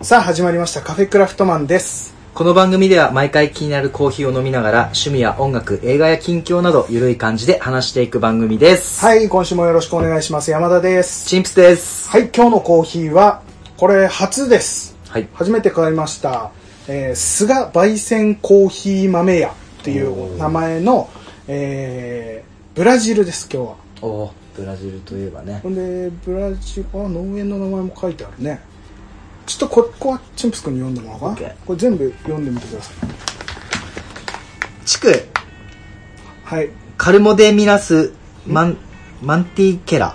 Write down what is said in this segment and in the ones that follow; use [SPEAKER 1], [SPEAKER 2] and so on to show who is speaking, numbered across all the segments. [SPEAKER 1] さあ始まりましたカフェクラフトマンです
[SPEAKER 2] この番組では毎回気になるコーヒーを飲みながら趣味や音楽、映画や近況などゆるい感じで話していく番組です。
[SPEAKER 1] はい今週もよろしくお願いします山田です
[SPEAKER 2] チンプスです。
[SPEAKER 1] はい今日のコーヒーはこれ初です
[SPEAKER 2] はい。
[SPEAKER 1] 初めて買いました、えー、菅焙煎コーヒー豆屋っていう名前の、えー、ブラジルです今日は
[SPEAKER 2] おーブラジルといえばね
[SPEAKER 1] ほ。んでブラジルあ農園の名前も書いてあるねちょっとここはチンプス君に読んでもらおうかな
[SPEAKER 2] OK
[SPEAKER 1] これ全部読んでみてください
[SPEAKER 2] 地区、
[SPEAKER 1] はい
[SPEAKER 2] カルモデミラス、マン、マンティケラ。
[SPEAKER 1] は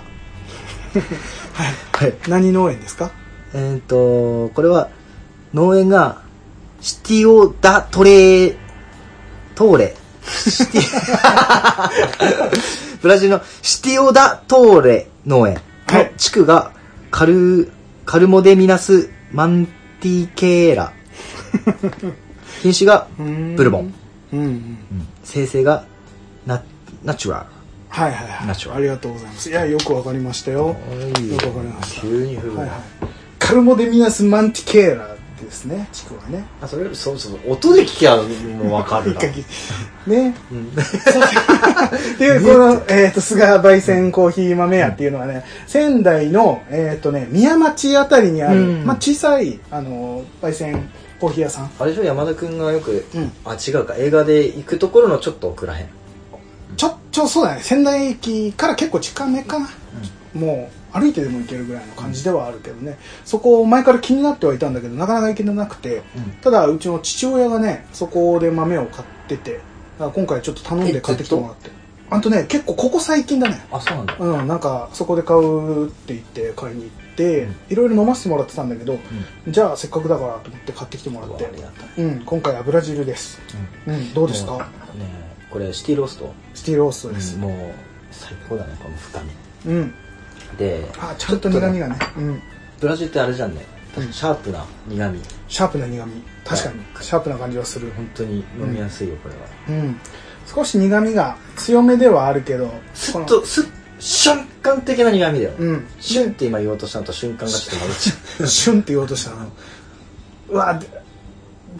[SPEAKER 1] い
[SPEAKER 2] はい。
[SPEAKER 1] 何農園ですか
[SPEAKER 2] えっ、ー、と、これは、農園が、シティオダトレー、トーレ。シテ ィ、ブラジルのシティオダトーレ農園
[SPEAKER 1] は
[SPEAKER 2] の
[SPEAKER 1] い
[SPEAKER 2] 地区が、カル、カルモデミナスマンティケーラ。品種が
[SPEAKER 1] うーん
[SPEAKER 2] ブルボン。
[SPEAKER 1] うんうん
[SPEAKER 2] 生成がナ、ナチュラ
[SPEAKER 1] はいはいは
[SPEAKER 2] ナチュラ
[SPEAKER 1] い
[SPEAKER 2] ル
[SPEAKER 1] ありがとうございますいやよくわかりましたよ
[SPEAKER 2] ル。
[SPEAKER 1] よくわかりました
[SPEAKER 2] 急に降る
[SPEAKER 1] はいはいカルモデミナスマンティケーラですね地区はね
[SPEAKER 2] あ、それより、そうそうそう、音で聞きゃもうわか
[SPEAKER 1] い
[SPEAKER 2] る
[SPEAKER 1] い
[SPEAKER 2] な
[SPEAKER 1] か。き ね
[SPEAKER 2] うん
[SPEAKER 1] っていう、この、えっ、と、菅焙煎コーヒー豆屋っていうのはね、仙台の、えっ、とね、宮町あたりにある、
[SPEAKER 2] うん
[SPEAKER 1] まあ、小さい、あの、焙煎コーヒー屋さん。
[SPEAKER 2] あれでしょ山田君がよく、
[SPEAKER 1] うん
[SPEAKER 2] あ違うか映画で行くところのちょっと奥らへん
[SPEAKER 1] ちょ、ちょ、そうだね、仙台駅から結構近めかな。もう、歩いてでも行けるぐらいの感じではあるけどね、そこ、前から気になってはいたんだけど、なかなか行けなくて、
[SPEAKER 2] うん
[SPEAKER 1] ただ、うちの父親がね、そこで豆を買ってて、だから今回ちょっと頼んで買ってきてもらって。あとね、結構ここ最近だね。
[SPEAKER 2] あそうなんだ
[SPEAKER 1] うん、なんかそこで買うって言って買いに行って、
[SPEAKER 2] うん
[SPEAKER 1] いろいろ飲ませてもらってたんだけど、じゃあせっかくだからと思って買ってきてもら
[SPEAKER 2] う
[SPEAKER 1] っ
[SPEAKER 2] わ
[SPEAKER 1] て
[SPEAKER 2] ありがたい、
[SPEAKER 1] うん、今回はブラジルです、うん、どうですか
[SPEAKER 2] ねえこれシティロースト、
[SPEAKER 1] シティローストです
[SPEAKER 2] もう最高だねこの深み
[SPEAKER 1] うん、
[SPEAKER 2] で
[SPEAKER 1] あちゃんと苦味がねうん
[SPEAKER 2] ブラジルってあれじゃんね
[SPEAKER 1] うん
[SPEAKER 2] シャープな苦味
[SPEAKER 1] シャープな苦味確かに、シャープな感じはする
[SPEAKER 2] 本当に飲みやすいよこれは、
[SPEAKER 1] うん少し苦味が強めではあるけど
[SPEAKER 2] す
[SPEAKER 1] こ
[SPEAKER 2] っ
[SPEAKER 1] の
[SPEAKER 2] とすっ瞬間的な苦味だよ、
[SPEAKER 1] うん
[SPEAKER 2] シュンって今言おうとしたのと瞬間がちょっと戻っち ゃ
[SPEAKER 1] シュンって言おうとしたのうわで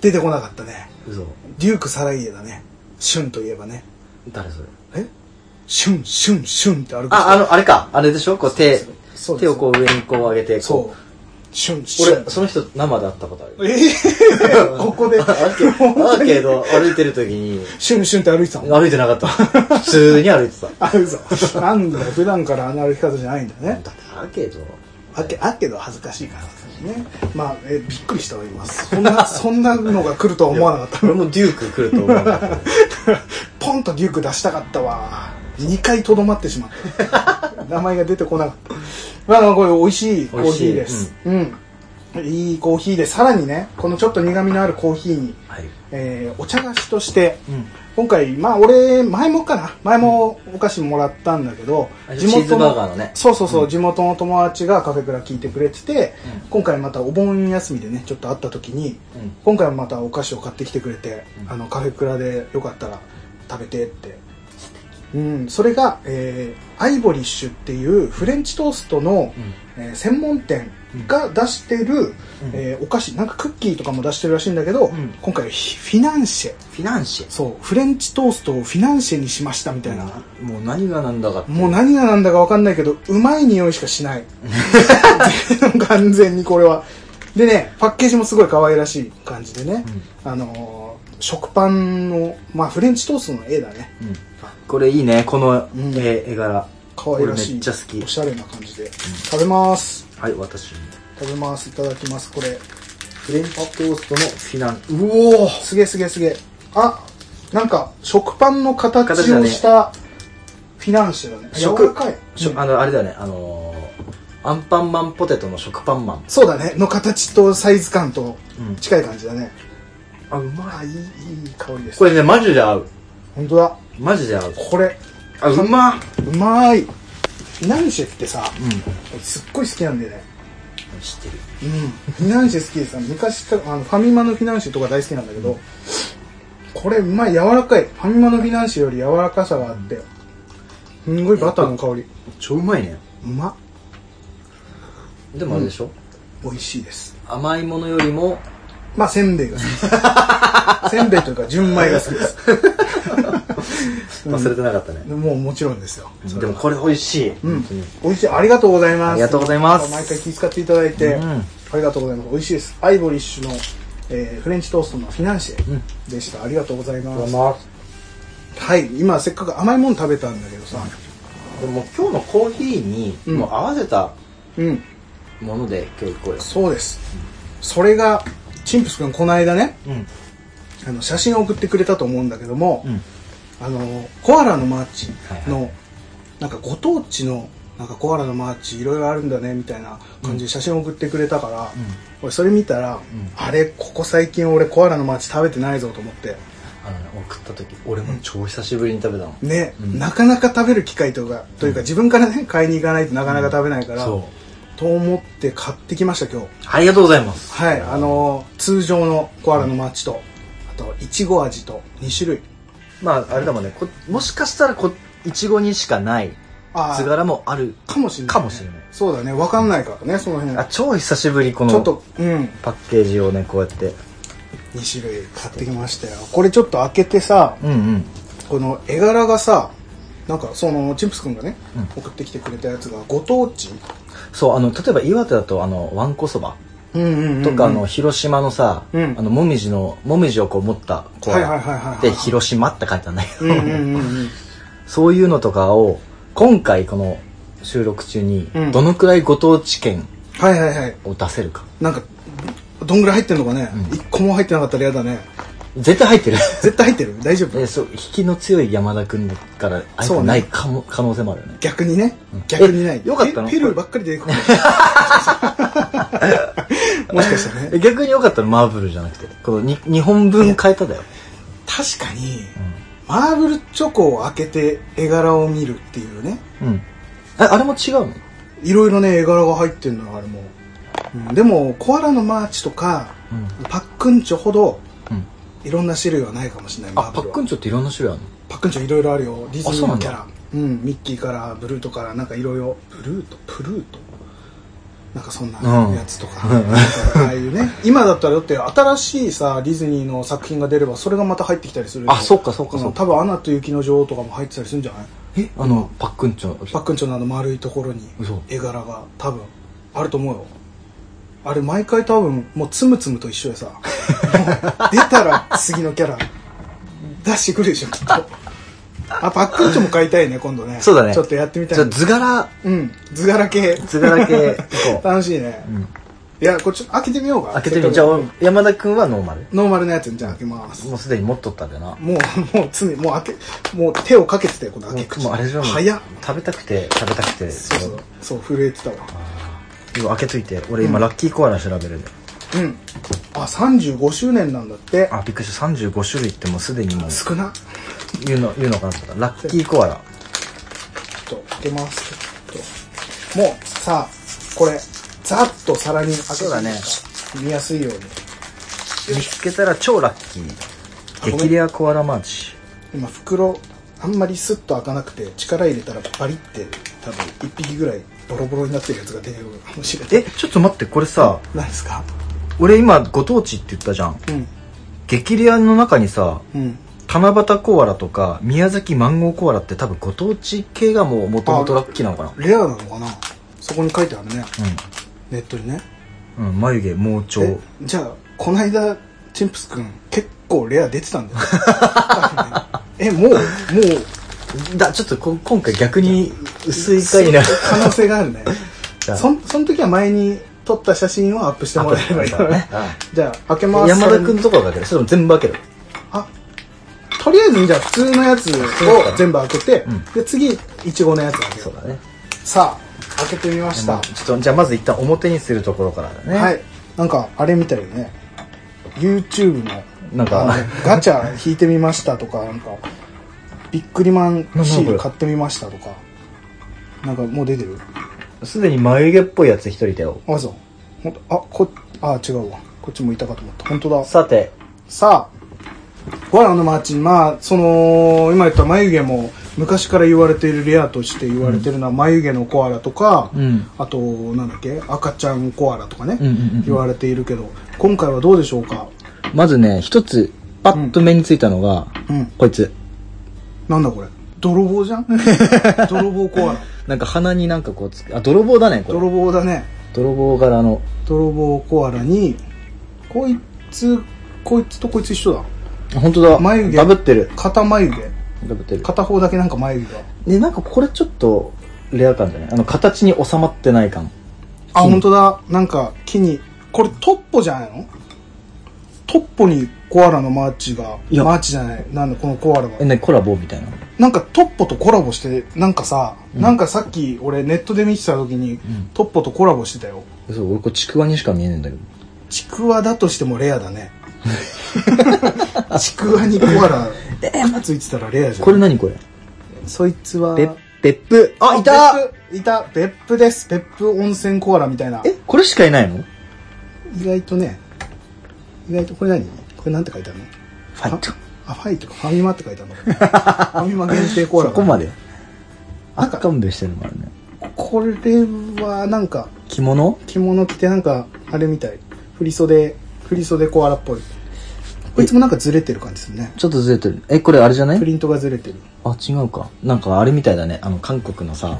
[SPEAKER 1] 出てこなかったね
[SPEAKER 2] う嘘
[SPEAKER 1] デューク・サライエだねシュンといえばね
[SPEAKER 2] 誰それ
[SPEAKER 1] えシュンシュンシュンって歩く人
[SPEAKER 2] ああのあれかあれでしょこう手
[SPEAKER 1] そうです
[SPEAKER 2] 手をこう上にこう上げてこう
[SPEAKER 1] そうシュンシュン
[SPEAKER 2] 俺、その人生で会ったことある。
[SPEAKER 1] え え ここ で
[SPEAKER 2] アーケ
[SPEAKER 1] 本
[SPEAKER 2] ア
[SPEAKER 1] 当
[SPEAKER 2] ー
[SPEAKER 1] に
[SPEAKER 2] ケード歩いてる時に、
[SPEAKER 1] シュンシュンって歩いてたの
[SPEAKER 2] 歩いてなかった。 普通に歩いてた。だ
[SPEAKER 1] あ嘘なんだよ普段からあの歩き方じゃないんだね
[SPEAKER 2] ってアーケード、
[SPEAKER 1] あけあけど恥ずかしいからねまあえびっくりしておりますそんなそんなのが来るとは思わなかった
[SPEAKER 2] 俺もデューク来ると思う。
[SPEAKER 1] ポンとデューク出したかったわ2回とどまってしまった 名前が出てこなかったまあまあこれ美味しいコーヒーですうん、いいコーヒーでさらにねこのちょっと苦みのあるコーヒーに、
[SPEAKER 2] はい。
[SPEAKER 1] えーお茶菓子として
[SPEAKER 2] うん。
[SPEAKER 1] 今回まあ俺前もかな前もお菓子もらったんだけど、
[SPEAKER 2] あれチーズバーガーのね。
[SPEAKER 1] そうそうそう、地元の友達がカフェクラ聞いてくれてて、
[SPEAKER 2] う
[SPEAKER 1] 今回またお盆休みでねちょっと会った時に
[SPEAKER 2] うん。
[SPEAKER 1] 今回もまたお菓子を買ってきてくれて、
[SPEAKER 2] うん
[SPEAKER 1] あのカフェクラでよかったら食べてって、うん、それが、えーアイボリッシュっていうフレンチトーストの、
[SPEAKER 2] うん。
[SPEAKER 1] えー専門店が出してる、えーお菓子なんかクッキーとかも出してるらしいんだけど、
[SPEAKER 2] うん
[SPEAKER 1] 今回はフィナンシェ
[SPEAKER 2] フィナンシェ。
[SPEAKER 1] そうフレンチトーストをフィナンシェにしましたみたいな、
[SPEAKER 2] もう何がなんだかって。
[SPEAKER 1] もう何がなんだか分かんないけどうまい匂いしかし ない完全にこれはでねパッケージもすごい可愛らしい感じでね、あのー食パンのまあフレンチトーストの絵だね
[SPEAKER 2] うん。これいいね、この
[SPEAKER 1] うん
[SPEAKER 2] 絵絵柄。
[SPEAKER 1] 可愛らしい
[SPEAKER 2] 俺めっちゃ好き
[SPEAKER 1] おしゃれな感じで、食べます
[SPEAKER 2] はい、私。
[SPEAKER 1] 食べますいただきますこれ
[SPEAKER 2] フレンチトーストのフィナン、
[SPEAKER 1] うおーすげえすげえすげえあなんか食パンの形
[SPEAKER 2] 形だ
[SPEAKER 1] を
[SPEAKER 2] ね
[SPEAKER 1] したフィナンシェだね
[SPEAKER 2] 食
[SPEAKER 1] 柔らかい
[SPEAKER 2] しょあの、あれだよね、あのー、アンパンマンポテトの食パンマン。
[SPEAKER 1] そうだねの形とサイズ感と
[SPEAKER 2] うん
[SPEAKER 1] 近い感じだね、
[SPEAKER 2] あ、うま
[SPEAKER 1] あ
[SPEAKER 2] い。
[SPEAKER 1] いいいい香りです
[SPEAKER 2] これね、マジで合う。
[SPEAKER 1] 本当だ
[SPEAKER 2] マジで合う。
[SPEAKER 1] これ
[SPEAKER 2] あ、うまっ。
[SPEAKER 1] うまいフィナンシェってさ
[SPEAKER 2] うん。
[SPEAKER 1] すっごい好きなんだよね
[SPEAKER 2] 知ってる。
[SPEAKER 1] うんフィナンシェ好きでさ昔からあのファミマのフィナンシェとか大好きなんだけどこれうまい柔らかいファミマのフィナンシェより柔らかさがあってすんごいバターの香り
[SPEAKER 2] 超うまいね。
[SPEAKER 1] うまっ
[SPEAKER 2] でもあれでしょ、
[SPEAKER 1] 美味しいです
[SPEAKER 2] 甘いものよりも、
[SPEAKER 1] まあ、せんべいが好き です。せんべいというか、純米が好きです。
[SPEAKER 2] 忘れてなかったね。
[SPEAKER 1] もうもちろんですよ。
[SPEAKER 2] でもこれ美味しい。
[SPEAKER 1] うん
[SPEAKER 2] 本当に。。
[SPEAKER 1] 美味しい。ありがとうございます。
[SPEAKER 2] ありがとうございます
[SPEAKER 1] 毎回気遣っていただいて、
[SPEAKER 2] うん
[SPEAKER 1] ありがとうございます。美味しいです。アイボリッシュの、えーフレンチトーストのフィナンシ
[SPEAKER 2] うん
[SPEAKER 1] ェでした。ありがとうございます。
[SPEAKER 2] ます。
[SPEAKER 1] はい。今、せっかく甘いもの食べたんだけどさ、
[SPEAKER 2] でも今日のコーヒーに、
[SPEAKER 1] うん
[SPEAKER 2] もう合わせた
[SPEAKER 1] うん。
[SPEAKER 2] もので今日行こうよ。
[SPEAKER 1] そうです。それが、チンプスくん、この間ね、
[SPEAKER 2] うん。
[SPEAKER 1] あの、写真を送ってくれたと思うんだけども、
[SPEAKER 2] うん。
[SPEAKER 1] あの、コアラのマーチ
[SPEAKER 2] は
[SPEAKER 1] の、なんかご当地の、なんかコアラのマーチいろいろあるんだねみたいな感じで写真を送ってくれたから、俺それ見たら、あれ、ここ最近俺コアラのマーチ食べてないぞと思って、
[SPEAKER 2] あのね、送った時、俺も超久しぶりに食べたの。
[SPEAKER 1] ね、
[SPEAKER 2] うん
[SPEAKER 1] なかなか食べる機会とか、というか自分からね、買いに行かないとなかなか食べないから、
[SPEAKER 2] そう。
[SPEAKER 1] と思って買ってきました今日。
[SPEAKER 2] ありがとうございます。
[SPEAKER 1] はい、あのー通常のコアラのマーチと、あと、いちご味と2種類。
[SPEAKER 2] まあ、あれだもんね、こもしかしたらこ、いちごにしかない
[SPEAKER 1] あ
[SPEAKER 2] 図
[SPEAKER 1] ー
[SPEAKER 2] 柄もある。
[SPEAKER 1] かもしれない。
[SPEAKER 2] かもしれない
[SPEAKER 1] そうだね、わかんないからね、その辺。
[SPEAKER 2] あ、超久しぶり、こ
[SPEAKER 1] ちょっ
[SPEAKER 2] の
[SPEAKER 1] と、うん、
[SPEAKER 2] パッケージをね、こうやって。
[SPEAKER 1] 2種類買ってきましたよこれちょっと開けてさ
[SPEAKER 2] うんうん。
[SPEAKER 1] この絵柄がさなんかそのチンプスくんがね、
[SPEAKER 2] うん
[SPEAKER 1] 送ってきてくれたやつがご当地
[SPEAKER 2] そう、あの、例えば岩手だと、あの、わんこそば
[SPEAKER 1] うんうんうん
[SPEAKER 2] とか、あの、広島のさ、
[SPEAKER 1] うん
[SPEAKER 2] あの、もみじの、もみじをこう持ったコア
[SPEAKER 1] はいはいはいはいは
[SPEAKER 2] ラ
[SPEAKER 1] い
[SPEAKER 2] で、広島って書いてあるんだけ
[SPEAKER 1] うんうん
[SPEAKER 2] ど、
[SPEAKER 1] うん
[SPEAKER 2] そういうのとかを、今回この収録中に
[SPEAKER 1] うん、
[SPEAKER 2] どのくらいご当地券
[SPEAKER 1] はいはいはい
[SPEAKER 2] を出せるか。
[SPEAKER 1] なんかどんぐらい入ってんのかね、
[SPEAKER 2] うん
[SPEAKER 1] 一1個も入ってなかったら嫌だね
[SPEAKER 2] 絶対 入ってる。
[SPEAKER 1] 絶対入ってる大丈夫
[SPEAKER 2] えそう、引きの強い山田くんから、あい
[SPEAKER 1] そう
[SPEAKER 2] つ
[SPEAKER 1] ね
[SPEAKER 2] ないかも、可能性もあるよね。
[SPEAKER 1] 逆にね逆にない
[SPEAKER 2] えよかったの
[SPEAKER 1] ペペルーばっかり出てくる もしかしたらね
[SPEAKER 2] え逆に良かったのマーブルじゃなくて、このに日本分変えただよ。
[SPEAKER 1] 確かに、マーブルチョコを開けて絵柄を見るっていうね
[SPEAKER 2] うん。あ、あれも違うの
[SPEAKER 1] いろいろね、絵柄が入ってんのよ、あれも。うんでも、コアラのマーチとか、
[SPEAKER 2] うん。
[SPEAKER 1] パックンチョほど、
[SPEAKER 2] うん。
[SPEAKER 1] いろんな種類はないかもしれない。マー
[SPEAKER 2] あ、
[SPEAKER 1] ブ
[SPEAKER 2] パッ
[SPEAKER 1] ルは
[SPEAKER 2] クンチョっていろんな種類あるの
[SPEAKER 1] パックンチョいろいろあるよ。ディズ
[SPEAKER 2] あ
[SPEAKER 1] ニ
[SPEAKER 2] そ
[SPEAKER 1] ー
[SPEAKER 2] うな
[SPEAKER 1] の
[SPEAKER 2] ん
[SPEAKER 1] キ
[SPEAKER 2] だ
[SPEAKER 1] ャラ。うんミッキーから、ブルートから、なんかいろいろ、ブルート、プルート。なんかそんな
[SPEAKER 2] うん
[SPEAKER 1] やつとか、ああいうね。今だったらだって新しいさ、ディズニーの作品が出れば、それがまた入ってきたりするよ
[SPEAKER 2] あそっかそっかそっか
[SPEAKER 1] ん多分、アナと雪の女王とかも入ってたりするんじゃない
[SPEAKER 2] えあの、パックンチョの
[SPEAKER 1] パックンチョのあの丸いところに
[SPEAKER 2] 嘘
[SPEAKER 1] 絵柄が多分あると思うよあれ毎回多分もうつむつむと一緒で さもう出たら次のキャラ出してくるでしょきっとあパックンチョも買いたいね今度ね
[SPEAKER 2] そうだね
[SPEAKER 1] ちょっとやってみた
[SPEAKER 2] じゃあ
[SPEAKER 1] い
[SPEAKER 2] 図柄、
[SPEAKER 1] うん図柄系
[SPEAKER 2] 図 柄系、こう。
[SPEAKER 1] 楽しいね、
[SPEAKER 2] ん
[SPEAKER 1] いやこっち開けてみようか
[SPEAKER 2] 開けてみじゃあ、山田くんはノーマル。
[SPEAKER 1] ノーマルなやつにじゃあ開けます
[SPEAKER 2] もうすでに持っとったんだよな。
[SPEAKER 1] もうもう常にもう開けもう手をかけてたよこの開け口
[SPEAKER 2] もうあれじゃん。
[SPEAKER 1] 早っ
[SPEAKER 2] 食べたくて、食べたくて。
[SPEAKER 1] そうそうそう震えてたわ
[SPEAKER 2] 今開けといて、俺今ラッキーコアラ調べる。
[SPEAKER 1] うん。あ、35周年なんだって。
[SPEAKER 2] あ、びっくりした。35種類ってもうすでにもう、
[SPEAKER 1] 少な。
[SPEAKER 2] 言うの、言うのかなと思った。ラッキーコアラ。
[SPEAKER 1] ちょっと、開けます。ちょっともう、さこれ、ざっと皿に開けて
[SPEAKER 2] そうだね
[SPEAKER 1] 見やすいように。
[SPEAKER 2] 見つけたら超ラッキ
[SPEAKER 1] あごめ
[SPEAKER 2] ー。
[SPEAKER 1] ん
[SPEAKER 2] 激レアコアラマーチ。
[SPEAKER 1] 今、袋、あんまりスッと開かなくて、力入れたらバリって、多分、1匹ぐらいボロボロになってるやつが出てくるかもしれない。
[SPEAKER 2] え、ちょっと待って、これさ、
[SPEAKER 1] 何ですか
[SPEAKER 2] 俺今ご当地って言ったじゃん。
[SPEAKER 1] うん。
[SPEAKER 2] 激レアの中にさ、
[SPEAKER 1] うん。
[SPEAKER 2] 七夕コアラとか宮崎マンゴーコアラって多分ご当地系がもう元々ラッキーなのかな
[SPEAKER 1] レアなのかなそこに書いてあるね。
[SPEAKER 2] う
[SPEAKER 1] ネットにね。
[SPEAKER 2] ん、うん、眉毛盲腸
[SPEAKER 1] えじゃあこの間チンプスくん結構レア出てたんだ よ多分ねえもうもう
[SPEAKER 2] だちょっとこ今回逆に薄い回な
[SPEAKER 1] 可能性があるね
[SPEAKER 2] じゃあ
[SPEAKER 1] そんその時は前に撮った写真をアップしてもらえればいいからね
[SPEAKER 2] あ
[SPEAKER 1] じゃあ開け
[SPEAKER 2] あ
[SPEAKER 1] ます
[SPEAKER 2] 山田君とかだけどそれも全部開ける
[SPEAKER 1] あとりあえずじゃあ普通のやつを全部開けて、
[SPEAKER 2] うん
[SPEAKER 1] で次いちごのやつ開けよ
[SPEAKER 2] そうだね
[SPEAKER 1] うさあ開けてみまし
[SPEAKER 2] ま
[SPEAKER 1] た
[SPEAKER 2] あ、ちょっとじゃあまず一旦表にするところからだね
[SPEAKER 1] はいなんかあれみたいね YouTube の
[SPEAKER 2] なんか
[SPEAKER 1] あのガチャ引いてみましたとかなんかビックリマンシール買ってみましたとかなんかもう出てる
[SPEAKER 2] すでに眉毛っぽいやつ一人だよ
[SPEAKER 1] あそうほんとあこあ違うわこっちもいたかと思った本当だ
[SPEAKER 2] さて
[SPEAKER 1] さあコアラのマーチンまあその今言った眉毛も昔から言われているレアとして言われてるのは眉毛のコアラとか、
[SPEAKER 2] うん
[SPEAKER 1] あとなんだっけ赤ちゃんコアラとかね、
[SPEAKER 2] うんうんうん
[SPEAKER 1] 言われているけど今回はどうでしょうか
[SPEAKER 2] まずね、一つ、パッと目についたのが、
[SPEAKER 1] うん
[SPEAKER 2] こいつ。
[SPEAKER 1] なんだこれ泥棒 じゃん泥棒コアラ
[SPEAKER 2] なんか鼻になんかこうつ、あ、泥棒だね、これ。
[SPEAKER 1] 泥棒だね
[SPEAKER 2] 泥棒柄の。
[SPEAKER 1] 泥棒コアラにこいつこいつとこいつ一緒だ
[SPEAKER 2] あ本当だ。
[SPEAKER 1] 眉毛
[SPEAKER 2] ダブってる。
[SPEAKER 1] 片眉毛
[SPEAKER 2] ダブってる。
[SPEAKER 1] 片方だけなんか眉毛が
[SPEAKER 2] ね、なんかこれちょっと、レア感じゃないあの、形に収まってない感。
[SPEAKER 1] あ本当だなんか木にこれトッポじゃないのトッポにコアラのマーチが
[SPEAKER 2] いや
[SPEAKER 1] マーチじゃないなんだこのコアラが
[SPEAKER 2] え、ね、コラボみたいな。
[SPEAKER 1] なんかトッポとコラボしてなんかさ、なんかさっき俺ネットで見てた時に、トッポとコラボしてたよ
[SPEAKER 2] そう、俺これちくわにしか見えねえんだけど。
[SPEAKER 1] ちくわだとしてもレアだ ねちくわにコアラついてたらレアじゃん
[SPEAKER 2] これ何これ
[SPEAKER 1] そいつは
[SPEAKER 2] べ、別府。あ、いた
[SPEAKER 1] 別府いた別府です別府温泉コアラみたいな
[SPEAKER 2] え、これしかいないの
[SPEAKER 1] 意外とね意外とこれ何これなんて書いてあるの
[SPEAKER 2] ファイト。
[SPEAKER 1] あファイとかファミマって書い てあるのファミマ限定コーラ
[SPEAKER 2] そこま
[SPEAKER 1] で
[SPEAKER 2] で。あ勘弁してるのもあるね。
[SPEAKER 1] これはなんか
[SPEAKER 2] 着物
[SPEAKER 1] 着物着てなんかあれみたい振袖振袖コアラっぽいこいつもなんかずれてる感じするね
[SPEAKER 2] ちょっとずれてる。え、これあれじゃな
[SPEAKER 1] プ
[SPEAKER 2] い
[SPEAKER 1] リントがずれてる
[SPEAKER 2] あ、違うか。なんかあれみたいだね。あの、韓国のさ、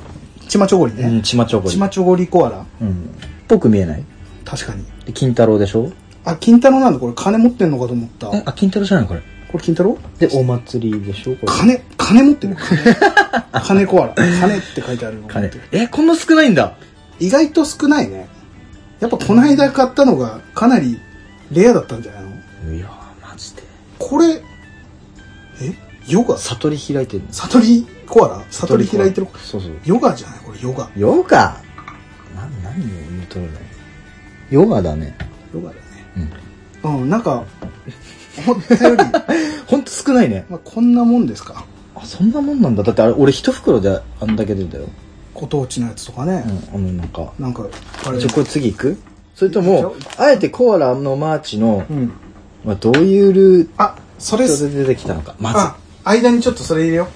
[SPEAKER 1] チマチョゴリ
[SPEAKER 2] うん、
[SPEAKER 1] ね
[SPEAKER 2] ちまちょこり。
[SPEAKER 1] チマチョゴリコアラ
[SPEAKER 2] うん。ぽく見えない
[SPEAKER 1] 確かに
[SPEAKER 2] で金太郎でしょ
[SPEAKER 1] あ金太郎なんだこれ金持ってんのかと思った
[SPEAKER 2] え、あ、金太郎じゃないこれ。
[SPEAKER 1] これ金太郎
[SPEAKER 2] で、お祭りでしょこれ。
[SPEAKER 1] 金金持って る金金コアラ金って書いてあるの持って
[SPEAKER 2] 金
[SPEAKER 1] る。
[SPEAKER 2] え、こんな少ないんだ。
[SPEAKER 1] 意外と少ないねやっぱこの間買ったのがかなりレアだったんじゃないの
[SPEAKER 2] いやマジで。
[SPEAKER 1] これえヨガ
[SPEAKER 2] 悟り開いてる
[SPEAKER 1] 悟りコアラ悟り開いてる
[SPEAKER 2] そうそう。
[SPEAKER 1] ヨガじゃないこれヨガ
[SPEAKER 2] ヨガな、何を言うとるのヨガだね。
[SPEAKER 1] ヨガだね
[SPEAKER 2] うん。
[SPEAKER 1] うんなんか思ったより、
[SPEAKER 2] ほんと少ないね。
[SPEAKER 1] まあ、こんなもんですか
[SPEAKER 2] あ、そんなもんなんだ。だってあれ、俺一袋であんだけ出たよ。
[SPEAKER 1] ご当地のやつとかね
[SPEAKER 2] う、ん、あの、なんか。
[SPEAKER 1] なんかあれ
[SPEAKER 2] ちょ、これ次行くそれと
[SPEAKER 1] いい
[SPEAKER 2] も
[SPEAKER 1] でし、
[SPEAKER 2] あえてコアラのマーチの、
[SPEAKER 1] うん
[SPEAKER 2] まあ、どういうルー
[SPEAKER 1] あそれ
[SPEAKER 2] トで出てきたのか。ま
[SPEAKER 1] あ間にちょっとそれ入れよ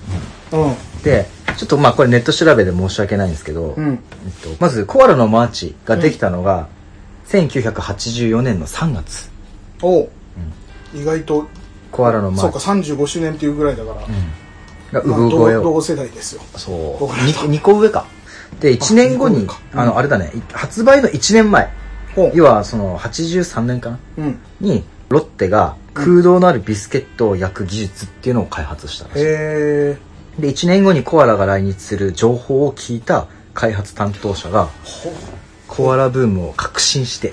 [SPEAKER 1] ううん
[SPEAKER 2] ず。で、ちょっとまあこれネット調べで申し訳ないんですけど、
[SPEAKER 1] う
[SPEAKER 2] え
[SPEAKER 1] ん
[SPEAKER 2] っと、まずコアラのマーチができたのが、1984年の3月。
[SPEAKER 1] おう、意外と
[SPEAKER 2] コアラのマ
[SPEAKER 1] そう
[SPEAKER 2] ー
[SPEAKER 1] か
[SPEAKER 2] チ
[SPEAKER 1] 35周年っていうぐらいだから、
[SPEAKER 2] が
[SPEAKER 1] まあ
[SPEAKER 2] 産声
[SPEAKER 1] 同
[SPEAKER 2] を。
[SPEAKER 1] 同世代ですよ
[SPEAKER 2] そ
[SPEAKER 1] コアラ
[SPEAKER 2] う。2個上か。で、1年後
[SPEAKER 1] 二
[SPEAKER 2] に
[SPEAKER 1] 個上か、うん
[SPEAKER 2] あの、あれだね、い発売の1年前、
[SPEAKER 1] ほう
[SPEAKER 2] 要はその83年かな、
[SPEAKER 1] うん
[SPEAKER 2] に、ロッテが空洞のあるビスケットを焼く技術っていうのを開発したらしい。
[SPEAKER 1] へえ
[SPEAKER 2] で、1年後にコアラが来日する情報を聞いた開発担当者が、
[SPEAKER 1] ほう
[SPEAKER 2] コアラブームを革新して、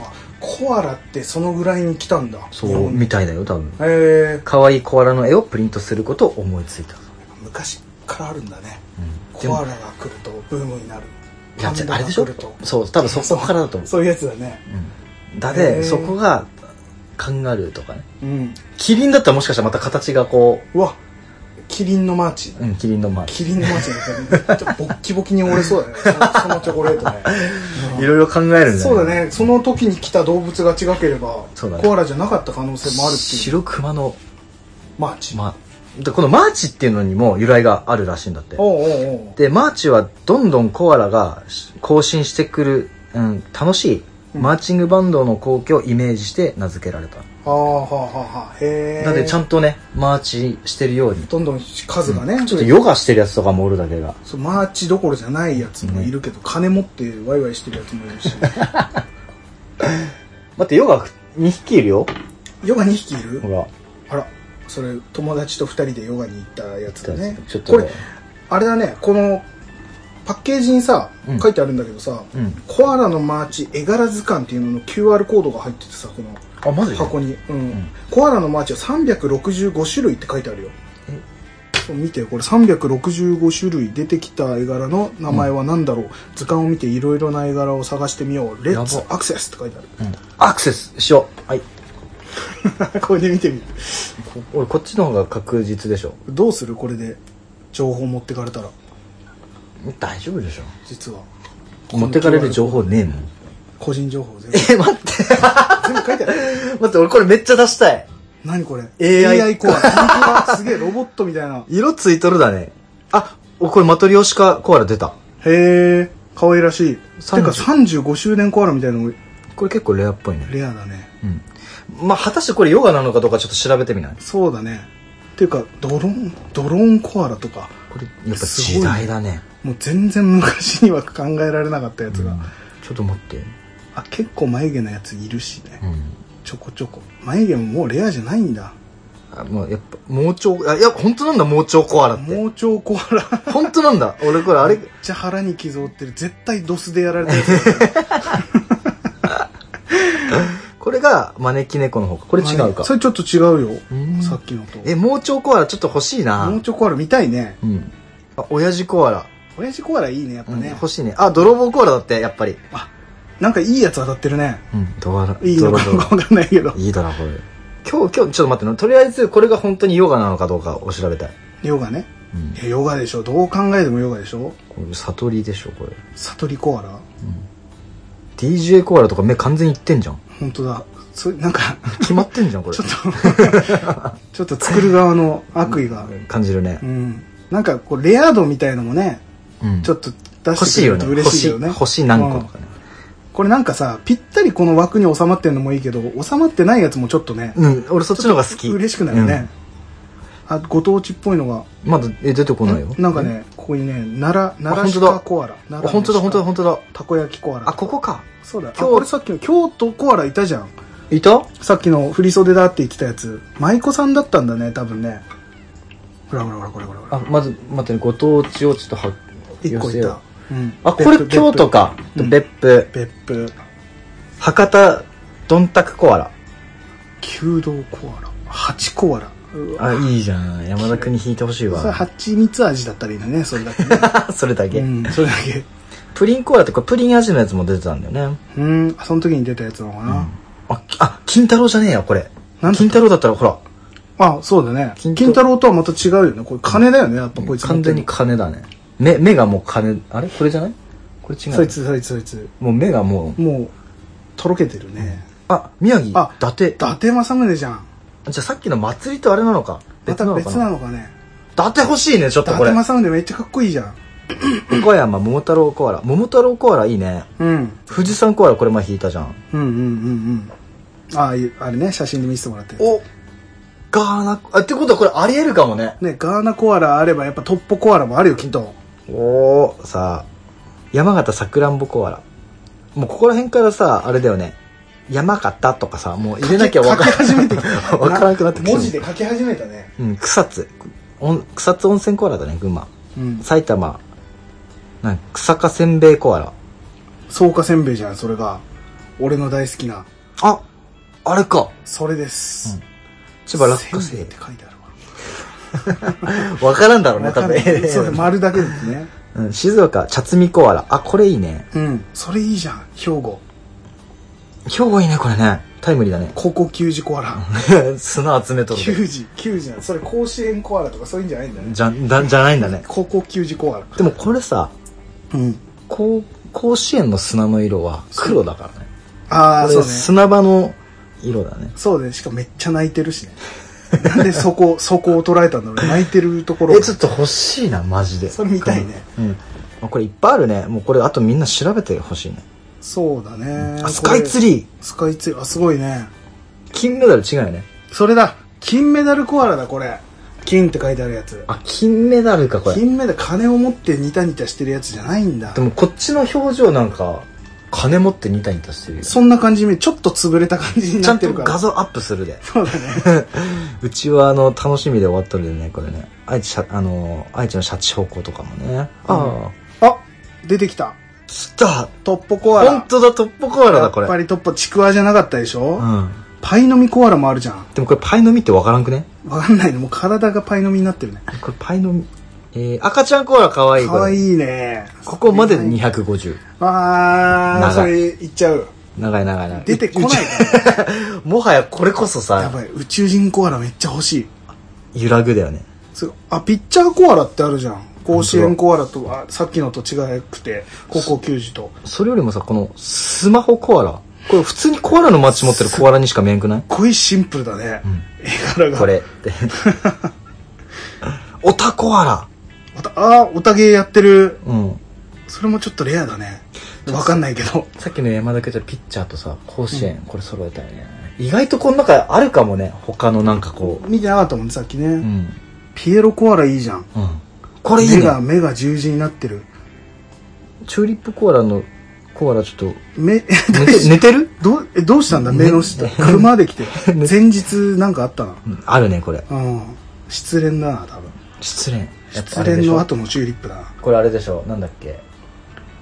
[SPEAKER 1] あコアラってそのぐらいに来たんだ
[SPEAKER 2] そ
[SPEAKER 1] 日
[SPEAKER 2] う、
[SPEAKER 1] 本に
[SPEAKER 2] みたいだよ、多分。
[SPEAKER 1] へえ
[SPEAKER 2] 可愛いコアラの絵をプリントすることを思いついた。
[SPEAKER 1] 昔からあるんだね、
[SPEAKER 2] うんで
[SPEAKER 1] コア
[SPEAKER 2] も、
[SPEAKER 1] ラが来るとブームになる
[SPEAKER 2] いや、
[SPEAKER 1] パ
[SPEAKER 2] じ
[SPEAKER 1] ン
[SPEAKER 2] ゃ
[SPEAKER 1] ダ
[SPEAKER 2] あ
[SPEAKER 1] が
[SPEAKER 2] あれでしょ
[SPEAKER 1] 来ると
[SPEAKER 2] そう、多分そこからだと思う。
[SPEAKER 1] そういうやつだね
[SPEAKER 2] うんだ
[SPEAKER 1] へ
[SPEAKER 2] で、
[SPEAKER 1] ー
[SPEAKER 2] そこが、カンガルーとかね。
[SPEAKER 1] うん
[SPEAKER 2] キリンだったらもしかしたらまた形がこ
[SPEAKER 1] うわキリンのマーチ
[SPEAKER 2] う、うん、キリンのまあ、
[SPEAKER 1] キリンのマーチみたいなちょっとボッキボキに折れそうだねそのそのチョコレー トね、うん
[SPEAKER 2] いろいろ考えるんだよ
[SPEAKER 1] そうだ。ねその時に来た動物が違ければ、
[SPEAKER 2] そうだね
[SPEAKER 1] コアラじゃなかった可能性もあるっていう
[SPEAKER 2] 白熊の
[SPEAKER 1] マーチ、
[SPEAKER 2] までこのマーチっていうのにも由来があるらしいんだって。
[SPEAKER 1] おうおうおう
[SPEAKER 2] で、マーチはどんどんコアラが更新してくる、うん、楽しいマーチングバンドの光景をイメージして名付けられた。
[SPEAKER 1] はあはあはあはあへえ
[SPEAKER 2] だってちゃんとね、マーチしてるように。
[SPEAKER 1] どんどん数がね、
[SPEAKER 2] ちょっとヨガしてるやつとかもおるだけが。
[SPEAKER 1] そうマーチどころじゃないやつもいるけど、金持ってワイワイしてるやつもいる し
[SPEAKER 2] 待って、ヨガ2匹いるよ。
[SPEAKER 1] ヨガ2匹いる
[SPEAKER 2] ほら。
[SPEAKER 1] あらそれ友達と2人でヨガに行ったやつだね
[SPEAKER 2] ちょっと
[SPEAKER 1] こ
[SPEAKER 2] ね
[SPEAKER 1] れあれだねこのパッケージにさ、
[SPEAKER 2] うん
[SPEAKER 1] 書いてあるんだけどさ、
[SPEAKER 2] うん
[SPEAKER 1] コアラのマーチ絵柄図鑑っていうのの QR コードが入っててさこの
[SPEAKER 2] あ、マジで
[SPEAKER 1] 箱に、うんコアラのマーチは365種類って書いてあるよ見てこれ365種類出てきた絵柄の名前は何だろう、図鑑を見ていろいろな絵柄を探してみようレッツ
[SPEAKER 2] やば
[SPEAKER 1] アクセスって書いてあ
[SPEAKER 2] うんアクセスしよう。はい。
[SPEAKER 1] る これで見てみる
[SPEAKER 2] こ俺こっちの方が確実でしょ
[SPEAKER 1] どうするこれで情報持ってかれたら
[SPEAKER 2] 大丈夫でし
[SPEAKER 1] 実は
[SPEAKER 2] ょ持ってかれる情報ねえもん
[SPEAKER 1] 個人情報全部
[SPEAKER 2] え待って
[SPEAKER 1] 全部書いてある
[SPEAKER 2] 待って俺これめっちゃ出したい
[SPEAKER 1] 何これ
[SPEAKER 2] AI
[SPEAKER 1] コアラ本当だすげえロボットみたいな
[SPEAKER 2] 色ついとるだねあ、おこれマトリオシカコアラ出た。
[SPEAKER 1] へえ、可愛らしい。て
[SPEAKER 2] 30
[SPEAKER 1] か35周年コアラみたいなのも
[SPEAKER 2] これ結構レアっぽいね。
[SPEAKER 1] レアだね。
[SPEAKER 2] うん。まあ、果たしてこれヨガなのかどうかちょっと調べてみない
[SPEAKER 1] そうだね。ていうか、ドローン、ドローンコアラとか、
[SPEAKER 2] これ、やっぱ
[SPEAKER 1] すごい
[SPEAKER 2] 時代だね。
[SPEAKER 1] もう全然昔には考えられなかったやつが。
[SPEAKER 2] うんちょっと待って。
[SPEAKER 1] あ、結構眉毛のやついるしね。
[SPEAKER 2] うん。
[SPEAKER 1] ちょこちょこ。眉毛ももうレアじゃないんだ。
[SPEAKER 2] あ、もうやっぱ、盲腸、あ、いや、本当なんだ、盲腸コアラって。
[SPEAKER 1] 盲腸コアラ。
[SPEAKER 2] 本当なんだ。俺これ、あれ
[SPEAKER 1] めっ、ちゃ腹に傷負ってる。絶対ドスでやられたやつだ。
[SPEAKER 2] これが招き猫の方か。これ違うか
[SPEAKER 1] そ。れちょっと違うよ
[SPEAKER 2] うん。
[SPEAKER 1] さっきのと。
[SPEAKER 2] え、盲腸コアラちょっと欲しいな。
[SPEAKER 1] 盲腸コアラ見たいね。
[SPEAKER 2] うん。あ、親父コアラ。
[SPEAKER 1] 親父コアラいいね、やっぱ
[SPEAKER 2] うん、
[SPEAKER 1] ね。
[SPEAKER 2] 欲しいね。あ、泥棒コアラだって、やっぱり。
[SPEAKER 1] あ、なんかいいやつ当たってるね。
[SPEAKER 2] うん、ドアラ、
[SPEAKER 1] いいのか
[SPEAKER 2] 泥棒
[SPEAKER 1] わかんないけど。
[SPEAKER 2] いいだな、これ。今日、今日、ちょっと待ってな。とりあえず、これが本当にヨガなのかどうかを調べたい。
[SPEAKER 1] ヨガね。
[SPEAKER 2] うん
[SPEAKER 1] い。やヨガでしょ。どう考えてもヨガでしょ。
[SPEAKER 2] これ悟りでしょ、これ。
[SPEAKER 1] 悟りコアラ
[SPEAKER 2] DJ コアラとか目完全いってんじゃん。
[SPEAKER 1] 本当だ。それなんか、
[SPEAKER 2] 決まってんじゃん、これ
[SPEAKER 1] ちょ。っと、 ちょっと作る側の悪意が。
[SPEAKER 2] 感じるね
[SPEAKER 1] う。ん。なんか、こう、レア度みたいのもね、
[SPEAKER 2] うん。
[SPEAKER 1] ちょっと出
[SPEAKER 2] 欲
[SPEAKER 1] し
[SPEAKER 2] してい
[SPEAKER 1] くれる
[SPEAKER 2] よね。
[SPEAKER 1] と
[SPEAKER 2] 欲
[SPEAKER 1] 嬉し
[SPEAKER 2] し
[SPEAKER 1] い
[SPEAKER 2] い、
[SPEAKER 1] よね。
[SPEAKER 2] 欲しい何個とかね。
[SPEAKER 1] これなんかさ、ぴったりこの枠に収まってんのもいいけど、収まってないやつもちょっとね、
[SPEAKER 2] うん、俺そっちの方が好き。
[SPEAKER 1] 嬉しくなるね。あ、ご当地っぽいのが、
[SPEAKER 2] うん。まだ、え、出てこないよ。
[SPEAKER 1] なんかね、ここにね、奈良、
[SPEAKER 2] あ
[SPEAKER 1] 奈良
[SPEAKER 2] 本当
[SPEAKER 1] 鹿
[SPEAKER 2] だ
[SPEAKER 1] コアラ。
[SPEAKER 2] あ。
[SPEAKER 1] 奈良
[SPEAKER 2] 本当だ、本当だ、
[SPEAKER 1] だ。
[SPEAKER 2] 本当だ。
[SPEAKER 1] たこ焼きコアラ。
[SPEAKER 2] あ、ここか。
[SPEAKER 1] そうだ。あ、
[SPEAKER 2] 今日
[SPEAKER 1] これさっきの京都コアラいたじゃん。
[SPEAKER 2] いた
[SPEAKER 1] さっきの振り袖だって言ってたやつ、舞妓さんだったんだね、多分ね。ほらほらほらほらほらほ
[SPEAKER 2] あ
[SPEAKER 1] ら。、
[SPEAKER 2] まず、待ってね、ご当地をちょっとは、
[SPEAKER 1] 一個
[SPEAKER 2] 寄せ
[SPEAKER 1] いた
[SPEAKER 2] よ。
[SPEAKER 1] うん
[SPEAKER 2] う。あ、これ京都。か。
[SPEAKER 1] うん
[SPEAKER 2] 別府。
[SPEAKER 1] 別府別府。
[SPEAKER 2] 博多、どんたくコアラ。
[SPEAKER 1] 弓道コアラ。八コアラ。うわ
[SPEAKER 2] あ、いいじゃん。山田君に引いてほしい
[SPEAKER 1] それ
[SPEAKER 2] わ。
[SPEAKER 1] 蜂蜜味だったらいいのね、それだけね。
[SPEAKER 2] それだけ。
[SPEAKER 1] うん、それだけ。
[SPEAKER 2] プリンコーラってこれプリン味のやつも出てたんだよね。
[SPEAKER 1] うん、その時に出たやつなのかな。
[SPEAKER 2] あ、きあ、金太郎じゃねえよ、これ。
[SPEAKER 1] なんだった
[SPEAKER 2] 金太郎だったら、ほら、
[SPEAKER 1] あ、そうだね。
[SPEAKER 2] 金
[SPEAKER 1] 金
[SPEAKER 2] 太
[SPEAKER 1] 太郎とはまた違うよね。これ金だよね、やっぱこいつ持っ
[SPEAKER 2] 完
[SPEAKER 1] て
[SPEAKER 2] 全
[SPEAKER 1] る
[SPEAKER 2] に
[SPEAKER 1] の。
[SPEAKER 2] 金だね。目、目がもう金、あれこれじゃないこれ違う。
[SPEAKER 1] そい。つ、そいつ、そいつ。
[SPEAKER 2] もう目がもう、
[SPEAKER 1] もう、とろけてるね。
[SPEAKER 2] あ、宮城、
[SPEAKER 1] あ
[SPEAKER 2] 伊達。
[SPEAKER 1] 伊達政宗じゃん。
[SPEAKER 2] じゃあさっきの祭りとあれなのか。
[SPEAKER 1] ま
[SPEAKER 2] 別
[SPEAKER 1] た
[SPEAKER 2] なのか
[SPEAKER 1] 別な
[SPEAKER 2] な。
[SPEAKER 1] のかね。
[SPEAKER 2] 伊達欲しいね、ちょっ
[SPEAKER 1] 伊
[SPEAKER 2] とこ
[SPEAKER 1] 達
[SPEAKER 2] れ。
[SPEAKER 1] 政宗めっちゃかっこいいじゃん。
[SPEAKER 2] 岡山桃太郎コアラ。桃太郎コアラいいね。
[SPEAKER 1] うん。
[SPEAKER 2] 富士山コアラこれ前引いたじゃん。
[SPEAKER 1] うんうんうんうん。ああいう、あれね、写真で見せてもらって。
[SPEAKER 2] おガーナ、あ、ってことはこれありえるかもね。
[SPEAKER 1] ね、ガーナコアラあればやっぱトッポコアラもあるよ、きっと。
[SPEAKER 2] おー、さあ、山形さくらんぼコアラ。もうここら辺からさ、あれだよね。山形とかさ、もう入れなきゃ わか
[SPEAKER 1] 書き
[SPEAKER 2] ら
[SPEAKER 1] 始めてき
[SPEAKER 2] ん。わからんくなってきてる
[SPEAKER 1] 文字で書き始めたね。
[SPEAKER 2] うん、草津。おん草津温泉コアラだね、群馬。
[SPEAKER 1] うん。
[SPEAKER 2] 埼玉。なん草加せんべいコアラ。
[SPEAKER 1] 草加せんべいじゃん、それが。俺の大好きな。
[SPEAKER 2] あ、あれか。
[SPEAKER 1] それです。
[SPEAKER 2] 千葉落花
[SPEAKER 1] せんべい
[SPEAKER 2] 生
[SPEAKER 1] って。書いてあるわ。
[SPEAKER 2] わからんだろうね、
[SPEAKER 1] わ
[SPEAKER 2] 多
[SPEAKER 1] かん
[SPEAKER 2] 分
[SPEAKER 1] ない。 それ丸だけですね。
[SPEAKER 2] うん、静岡、茶摘みコアラ。あ、これいいね。
[SPEAKER 1] うん。それいいじゃん。兵庫。
[SPEAKER 2] 兵庫いいね、これね。タイムリーだね。
[SPEAKER 1] 高校球児コアラ。
[SPEAKER 2] 砂集めとる。
[SPEAKER 1] 球児、球児なんそれ甲子園コアラとかそういうんじゃないんだね。
[SPEAKER 2] じゃ、だじゃないんだね。
[SPEAKER 1] 高校球児コアラ。
[SPEAKER 2] でもこれさ、
[SPEAKER 1] うん。
[SPEAKER 2] こう甲子園の砂の色は黒だからね。
[SPEAKER 1] ああ、
[SPEAKER 2] こ
[SPEAKER 1] そ
[SPEAKER 2] れ
[SPEAKER 1] うね。
[SPEAKER 2] 砂場の色だね。
[SPEAKER 1] そうね。しかもめっちゃ泣いてるしね。なんでそ こ、そこを捉えたんだろう。泣いてるところ。
[SPEAKER 2] え、ちょっと欲しいな、マジで。
[SPEAKER 1] それ見たいね。
[SPEAKER 2] うん。あこれいっぱいあるね。もうこれあとみんな調べてほしいね。
[SPEAKER 1] そうだね。
[SPEAKER 2] あ、スカイツ
[SPEAKER 1] リー。
[SPEAKER 2] リー。
[SPEAKER 1] スカイツリー。あ、すごいね。
[SPEAKER 2] 金メダル違うよね。
[SPEAKER 1] それだ。金メダルコアラだ、これ。金って書いてあるやつ。
[SPEAKER 2] あ、金メダルか、これ。
[SPEAKER 1] 金メダル、金を持ってニタニタしてるやつじゃないんだ
[SPEAKER 2] で。もこっちの表情なんか、金持ってニタニタしてるよ。
[SPEAKER 1] そんな感じに、ちょっと潰れた感じに
[SPEAKER 2] ちゃ
[SPEAKER 1] なんって
[SPEAKER 2] と
[SPEAKER 1] るから。
[SPEAKER 2] 画像アップするで。
[SPEAKER 1] そうだね。
[SPEAKER 2] うちはあの、楽しみで終わっとるでね、これね。愛知しゃ、あの、愛知のシャチ方向とかもね。ああ。
[SPEAKER 1] あ、出てきた。
[SPEAKER 2] 来た
[SPEAKER 1] トッポコアラ。
[SPEAKER 2] 本当だ、トップコアラだ、これ。
[SPEAKER 1] やっぱりトッポ、ちくわじゃなかったでしょ、
[SPEAKER 2] うん。
[SPEAKER 1] パイ飲みコアラもあるじゃん。
[SPEAKER 2] でもこれパイの実ってわからんくね
[SPEAKER 1] わかんないの。もう体がパイ飲みになってるね。
[SPEAKER 2] これパイの実。えー、赤ちゃんコアラかわいい。
[SPEAKER 1] かわ
[SPEAKER 2] い。
[SPEAKER 1] いいね。
[SPEAKER 2] ここまで250。
[SPEAKER 1] あー、そ
[SPEAKER 2] 長い
[SPEAKER 1] れいっちゃう。
[SPEAKER 2] 長い長い長い。
[SPEAKER 1] 出てこない
[SPEAKER 2] い。 もはやこれこそ
[SPEAKER 1] や
[SPEAKER 2] さ、
[SPEAKER 1] ばい、宇宙人コアラめっちゃ欲しい。
[SPEAKER 2] 揺らぐだよね。
[SPEAKER 1] そうあ、ピッチャーコアラってあるじゃん。甲子園コアラとは、さっきのと違くて、高校球児と。
[SPEAKER 2] それよりもさ、このスマホコアラ。これ普通にコアラのマッチ持ってるコアラにしか見えんくない
[SPEAKER 1] 恋シンプルだね。
[SPEAKER 2] ん
[SPEAKER 1] 絵柄が。
[SPEAKER 2] これって。オタコアラ。
[SPEAKER 1] また、ああ、おたげやってる。
[SPEAKER 2] うん。
[SPEAKER 1] それもちょっとレアだね。わかんないけど。
[SPEAKER 2] さっきの山田家じゃピッチャーとさ、甲子園、これ揃えたよね。意外とこの中あるかもね。他のなんかこ
[SPEAKER 1] 見てなかったもんね、さっきね。
[SPEAKER 2] う。うん。
[SPEAKER 1] ピエロコアラいいじゃん。
[SPEAKER 2] うん。これいい
[SPEAKER 1] 目
[SPEAKER 2] ね
[SPEAKER 1] が、。目が十字になってる。
[SPEAKER 2] チューリップコアラの、コアラちょっと、
[SPEAKER 1] 目、
[SPEAKER 2] 寝て、寝てる
[SPEAKER 1] どう、え、どうしたんだ目の下。車で来て。 前日なんかあったな。
[SPEAKER 2] うんあるね、これ。
[SPEAKER 1] うん。失恋だな、多分。
[SPEAKER 2] 失恋。やっぱ
[SPEAKER 1] 失
[SPEAKER 2] あれで
[SPEAKER 1] 恋
[SPEAKER 2] しょ
[SPEAKER 1] の後のチューリップだな。
[SPEAKER 2] これあれでしょなんだっけ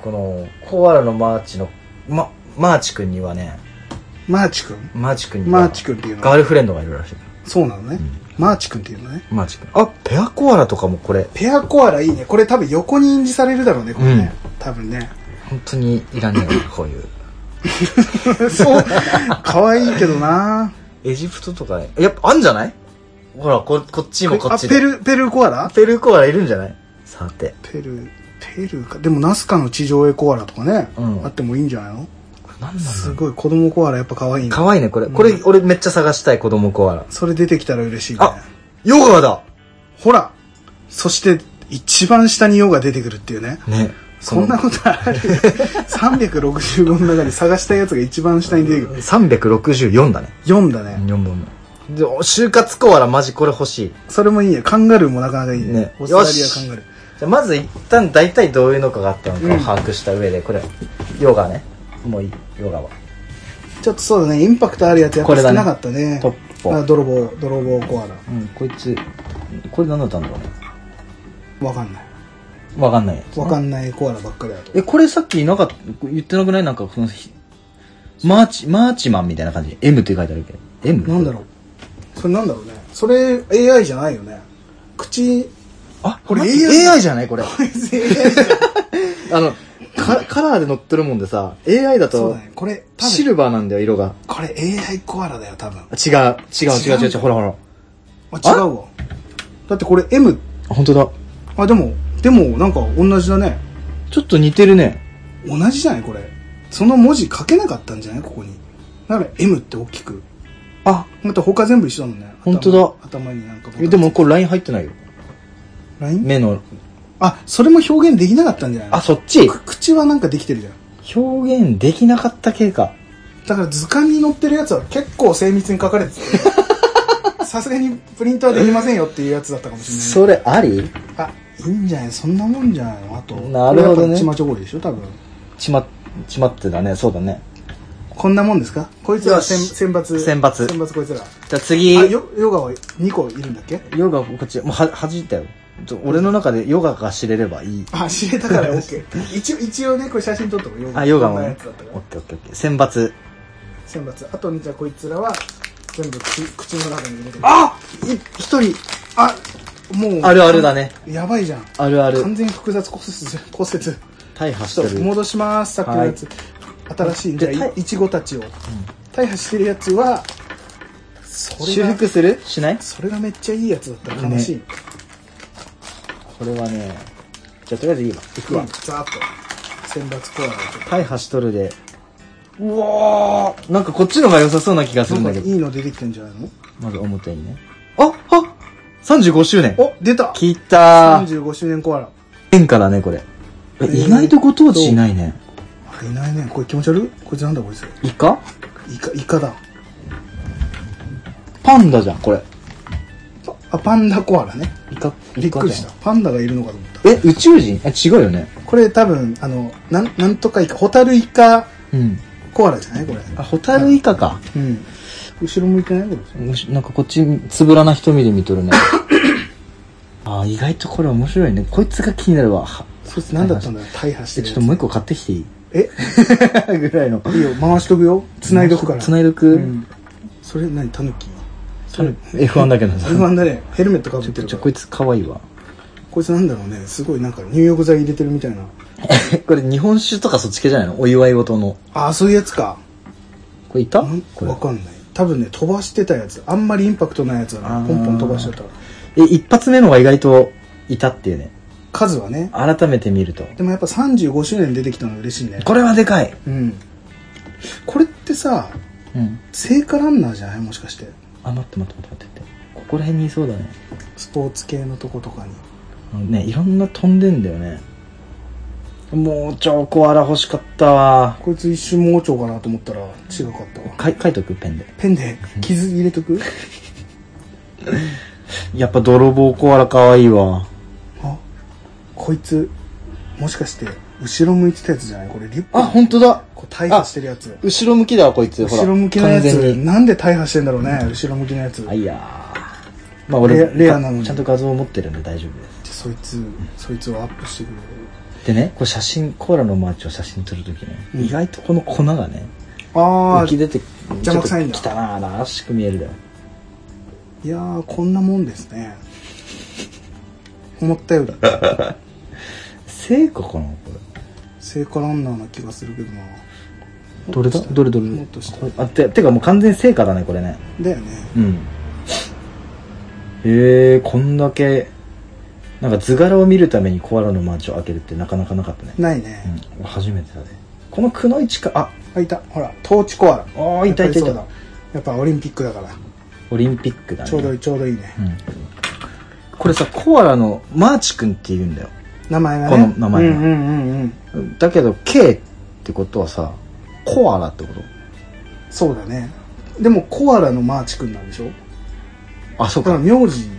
[SPEAKER 2] このコアラのマーチのまマーチ君にはね
[SPEAKER 1] マーチ君
[SPEAKER 2] マーチ君には
[SPEAKER 1] マーチ君っていうの
[SPEAKER 2] ガ
[SPEAKER 1] は
[SPEAKER 2] ールフレンドがいるらしい
[SPEAKER 1] そうなのね。マーチ君っていうのね。
[SPEAKER 2] マーチ君あペアコアラとかもこれ
[SPEAKER 1] ペアコアラいいね。これ多分横に印字されるだろうね、これね。多分ね。
[SPEAKER 2] 本当にいらね えよこういう
[SPEAKER 1] そう。可愛いけどな
[SPEAKER 2] エジプトとかねやっぱあんじゃないほらここっちもこ
[SPEAKER 1] あ、
[SPEAKER 2] っち
[SPEAKER 1] ペ
[SPEAKER 2] で
[SPEAKER 1] ル、ペルーコアラ
[SPEAKER 2] ペルーコアラいるんじゃないさて
[SPEAKER 1] ペルー、ペルーか。でもナスカの地上絵コアラとかね。
[SPEAKER 2] うん
[SPEAKER 1] あってもいいんじゃないの
[SPEAKER 2] これ何なんだろ
[SPEAKER 1] すごい、子供コアラやっぱ可愛いうね
[SPEAKER 2] かわいいねこれこれ俺めっちゃ探したい子供コアラ
[SPEAKER 1] それ出てきたら嬉しいね。
[SPEAKER 2] あヨガだ
[SPEAKER 1] ほらそして、一番下に「よ」が出てくるっていうね。
[SPEAKER 2] ね
[SPEAKER 1] そんなことある ?365 の中に探したいやつが一番下に出てくる。
[SPEAKER 2] 364だね
[SPEAKER 1] 4だね。
[SPEAKER 2] 4本目でお就活コアラマジこれ欲しい
[SPEAKER 1] それもいいね。カンガルーもなかなかいいね。
[SPEAKER 2] ね
[SPEAKER 1] オーストラリアカンガルー。
[SPEAKER 2] じゃあまず一旦大体どういうのかがあったのか
[SPEAKER 1] う
[SPEAKER 2] を
[SPEAKER 1] ん
[SPEAKER 2] 把握した上で、これヨガねもういいヨガは
[SPEAKER 1] ちょっとそうだね、インパクトあるやつやっぱ
[SPEAKER 2] これ
[SPEAKER 1] 少
[SPEAKER 2] だね
[SPEAKER 1] なかったね。
[SPEAKER 2] トッポ
[SPEAKER 1] あ泥棒、泥棒コアラ。
[SPEAKER 2] うんこいつこれ何だったんだろうね
[SPEAKER 1] わかんない。
[SPEAKER 2] わかんないやつ
[SPEAKER 1] わかんないコアラばっかりだと。
[SPEAKER 2] えこれさっきなんかった言ってなくないなんかこのひマーチマーチマンみたいな感じ M って書いてあるけど M
[SPEAKER 1] なんだろう。それなんだろうね。それ AI じゃないよね。口、
[SPEAKER 2] あ
[SPEAKER 1] こ
[SPEAKER 2] こ
[SPEAKER 1] れ
[SPEAKER 2] れ
[SPEAKER 1] AI
[SPEAKER 2] AI, じゃないこれ あのカカラーで乗ってるもんでさ AI だ
[SPEAKER 1] そう
[SPEAKER 2] と
[SPEAKER 1] だね。これ、多
[SPEAKER 2] シ
[SPEAKER 1] 分、
[SPEAKER 2] ルバーなんだよ色が
[SPEAKER 1] これ AI コアラだよ、多分。
[SPEAKER 2] 違う違う違う違う違うほらほら
[SPEAKER 1] あ、違うわ。だってこれ M、
[SPEAKER 2] 本当だ
[SPEAKER 1] あ、でも、でもなんか同じだね。
[SPEAKER 2] ちょっと似てるね
[SPEAKER 1] 同じじゃないこれ。その文字書けなかったんじゃないここに。だから M って大きく。
[SPEAKER 2] あ
[SPEAKER 1] また他全部一緒だもんね。頭
[SPEAKER 2] 本当だ
[SPEAKER 1] 頭になんかボタン
[SPEAKER 2] えでもこれライン入ってないよ
[SPEAKER 1] LINE?
[SPEAKER 2] 目の
[SPEAKER 1] あ、それも表現できなかったんじゃないの
[SPEAKER 2] あそっち
[SPEAKER 1] く口はなんかできてるじゃん。
[SPEAKER 2] 表現できなかった系か
[SPEAKER 1] だから図鑑に載ってるやつは結構精密に書か れててさすがにプリントはできませんよっていうやつだったかもしれない
[SPEAKER 2] それあり
[SPEAKER 1] あいいんじゃないそんなもんじゃないのあと
[SPEAKER 2] なるほ
[SPEAKER 1] こ
[SPEAKER 2] どね
[SPEAKER 1] れやっぱちまちょこりでしょ多分
[SPEAKER 2] ちまちまってだねそうだね
[SPEAKER 1] こんなもんですかこいつら
[SPEAKER 2] よし
[SPEAKER 1] 選選抜
[SPEAKER 2] 選抜
[SPEAKER 1] 選抜こいつらあ
[SPEAKER 2] じゃあ次ヨ
[SPEAKER 1] ヨヨガは2個いるんだっけ
[SPEAKER 2] ガこっちもうは弾いたよちょ俺の中でヨガが知れればいい
[SPEAKER 1] あ知れたから OK 一応一応ねこれ写真撮っとこうヨガ
[SPEAKER 2] あヨガ
[SPEAKER 1] こ
[SPEAKER 2] も
[SPEAKER 1] んな
[SPEAKER 2] ね
[SPEAKER 1] やつだったか
[SPEAKER 2] オ
[SPEAKER 1] ら
[SPEAKER 2] ッケーオッケーオッケー選抜
[SPEAKER 1] 選抜あとじゃあこいつらは全部口口の中に入れて
[SPEAKER 2] あ一人
[SPEAKER 1] あもう
[SPEAKER 2] あるあるだね
[SPEAKER 1] やばいじゃん
[SPEAKER 2] あるある
[SPEAKER 1] 完全に複雑骨折骨折
[SPEAKER 2] 大破し
[SPEAKER 1] そう
[SPEAKER 2] てる
[SPEAKER 1] 戻しますさっきのやつ、新しいじゃ
[SPEAKER 2] で
[SPEAKER 1] あ
[SPEAKER 2] た
[SPEAKER 1] いいちごたちを、大破してるやつはそれ
[SPEAKER 2] 修
[SPEAKER 1] が
[SPEAKER 2] 復するしない
[SPEAKER 1] それがめっちゃいいやつだったら悲しい、
[SPEAKER 2] ねこれはねじゃあとりあえずいいわいく
[SPEAKER 1] う
[SPEAKER 2] わ、
[SPEAKER 1] んざーっと選抜コーナーでちょっ
[SPEAKER 2] 大破しとるでうわーなんかこっちのが良さそうな気がす
[SPEAKER 1] と
[SPEAKER 2] るん
[SPEAKER 1] な
[SPEAKER 2] だ
[SPEAKER 1] ん
[SPEAKER 2] け
[SPEAKER 1] か
[SPEAKER 2] ど
[SPEAKER 1] いいの出てきてんじゃないの
[SPEAKER 2] まず表にね。ああ !35 周年。
[SPEAKER 1] お出た
[SPEAKER 2] 聞いたー。
[SPEAKER 1] 35周年コアラ
[SPEAKER 2] 演歌だね、これ。え
[SPEAKER 1] えー
[SPEAKER 2] 意外とご当地いないね。
[SPEAKER 1] あれいないねこれ気持ち悪いこいつなんだこいつ
[SPEAKER 2] イカ
[SPEAKER 1] イカイカだ
[SPEAKER 2] パンダじゃん、これ。
[SPEAKER 1] あパンダコアラね
[SPEAKER 2] イカ、
[SPEAKER 1] びっくりしたパンダがいるのかと思った
[SPEAKER 2] た。え、宇宙人え、違うよね。
[SPEAKER 1] これ多分あのなんなんとかイカホタルイカ
[SPEAKER 2] うん。
[SPEAKER 1] コアラじゃないこれ
[SPEAKER 2] あ、ホタルイカか。
[SPEAKER 1] うん後ろ向いてないこれ
[SPEAKER 2] むしなんかこっち、つぶらな瞳で見とるね。 あー意外とこれ面白いね。こいつが気になるわ。は
[SPEAKER 1] そいつ何だったんだろう大破して
[SPEAKER 2] え、
[SPEAKER 1] る
[SPEAKER 2] ち
[SPEAKER 1] や
[SPEAKER 2] ょっ
[SPEAKER 1] つ
[SPEAKER 2] ともう一個買ってきてい い
[SPEAKER 1] え
[SPEAKER 2] ぐらいの。
[SPEAKER 1] いいよ回しとくよ繋いどくから
[SPEAKER 2] 繋いど
[SPEAKER 1] う
[SPEAKER 2] く。
[SPEAKER 1] んそれ何タヌキ
[SPEAKER 2] それ F1 だけどさ。
[SPEAKER 1] 不安だねヘルメットかぶってる
[SPEAKER 2] ち
[SPEAKER 1] か
[SPEAKER 2] ょ、
[SPEAKER 1] ら
[SPEAKER 2] こいつ可愛いわ。
[SPEAKER 1] こいつなんだろうねすごいなんか入浴剤入れてるみたいな
[SPEAKER 2] え これ日本酒とかそっち系じゃないのお祝い事の。
[SPEAKER 1] ああそういうやつか
[SPEAKER 2] これいた
[SPEAKER 1] なん
[SPEAKER 2] こ
[SPEAKER 1] わかんない多分ね飛ばしてたやつあんまりインパクトないやつだな
[SPEAKER 2] あー
[SPEAKER 1] ポンポン飛ばしてた
[SPEAKER 2] れ。え、一発目のが意外といたっていうね。
[SPEAKER 1] 数はね
[SPEAKER 2] 改めて見ると。
[SPEAKER 1] でもやっぱ35周年出てきたの嬉しいね
[SPEAKER 2] これはでかい。
[SPEAKER 1] うんこれってさ
[SPEAKER 2] うん。
[SPEAKER 1] 聖火ランナーじゃないもしかして
[SPEAKER 2] あ、待って待って待って待って。ここら辺にいそうだね。
[SPEAKER 1] スポーツ系のとことかに
[SPEAKER 2] ねいろんな飛んでんだよねもうちょコアラ欲しかったわ
[SPEAKER 1] こいつ一瞬盲腸かなと思ったら違かったわ
[SPEAKER 2] かい書いとくペンで
[SPEAKER 1] ペンで傷入れとく
[SPEAKER 2] やっぱ泥棒コアラかわいいわ
[SPEAKER 1] あこいつもしかして後ろ向いてたやつじゃないこれリュック
[SPEAKER 2] あ本当だ
[SPEAKER 1] こう大破してるやつ
[SPEAKER 2] 後ろ向きだわこいつほら
[SPEAKER 1] 後ろ向きのや
[SPEAKER 2] 完
[SPEAKER 1] つ
[SPEAKER 2] 全に
[SPEAKER 1] なんで大破してんだろうね後ろ向きのやつ
[SPEAKER 2] あいやーまあ俺
[SPEAKER 1] レアレアなのに
[SPEAKER 2] ちゃんと画像持ってるんで大丈夫です
[SPEAKER 1] じゃあそいつそいつをアップしてくれる
[SPEAKER 2] でねこう写真コアラのマーチを写真撮るときね、意外とこの粉がね
[SPEAKER 1] ああ
[SPEAKER 2] 浮き出て
[SPEAKER 1] 邪魔くさいんだ
[SPEAKER 2] ちょっと汚ならしく見えるだよ
[SPEAKER 1] いやーこんなもんですね思った より
[SPEAKER 2] 成果かなこ
[SPEAKER 1] 聖火ランナーな気がするけどな
[SPEAKER 2] れどれだどれどれ
[SPEAKER 1] もっと下
[SPEAKER 2] あててかもう完全に成果だねこれね
[SPEAKER 1] だよね
[SPEAKER 2] うんへえこんだけなんか図柄を見るためにコアラのマーチを開けるってなかなかなかったね、
[SPEAKER 1] ない
[SPEAKER 2] うん
[SPEAKER 1] ね、
[SPEAKER 2] 俺初めてだねこのくのいちかあ
[SPEAKER 1] あいたほらトーチコアラ
[SPEAKER 2] あーいたいたいた
[SPEAKER 1] やっぱりそうだやっぱオリンピックだから
[SPEAKER 2] オリンピックだね
[SPEAKER 1] ちょうどいいちょうどいいね、
[SPEAKER 2] うん、これさコアラのマーチくんって言うんだよ
[SPEAKER 1] 名前がね
[SPEAKER 2] この名前
[SPEAKER 1] うん
[SPEAKER 2] が
[SPEAKER 1] うんうんうん
[SPEAKER 2] だけど K ってことはさコアラってこと
[SPEAKER 1] そうだねでもコアラのマーチくんなんでしょ
[SPEAKER 2] あそう
[SPEAKER 1] だか
[SPEAKER 2] から
[SPEAKER 1] 名字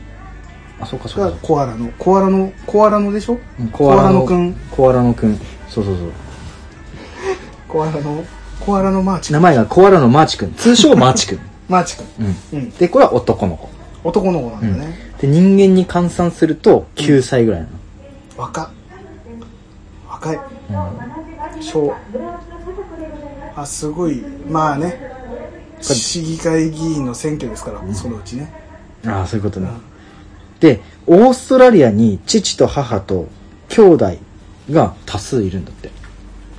[SPEAKER 2] あそうかそう
[SPEAKER 1] が
[SPEAKER 2] か
[SPEAKER 1] コアラのコアラのコアラのでしょ
[SPEAKER 2] うん
[SPEAKER 1] コアラのくん
[SPEAKER 2] コアラのくんそうそうそう
[SPEAKER 1] コアラのコアラのマーチくん
[SPEAKER 2] 名前がコアラのマーチくん通称マーチくん、
[SPEAKER 1] マーチくん
[SPEAKER 2] うん、
[SPEAKER 1] うん
[SPEAKER 2] でこれは男の子、
[SPEAKER 1] 男の子なんだね、
[SPEAKER 2] で人間に換算すると9歳ぐらいなの、
[SPEAKER 1] 若っ若い小あすごいまあね市議会議員の選挙ですから、そのうちね
[SPEAKER 2] ああそういうことね、でオーストラリアに父と母と兄弟が多数いるんだって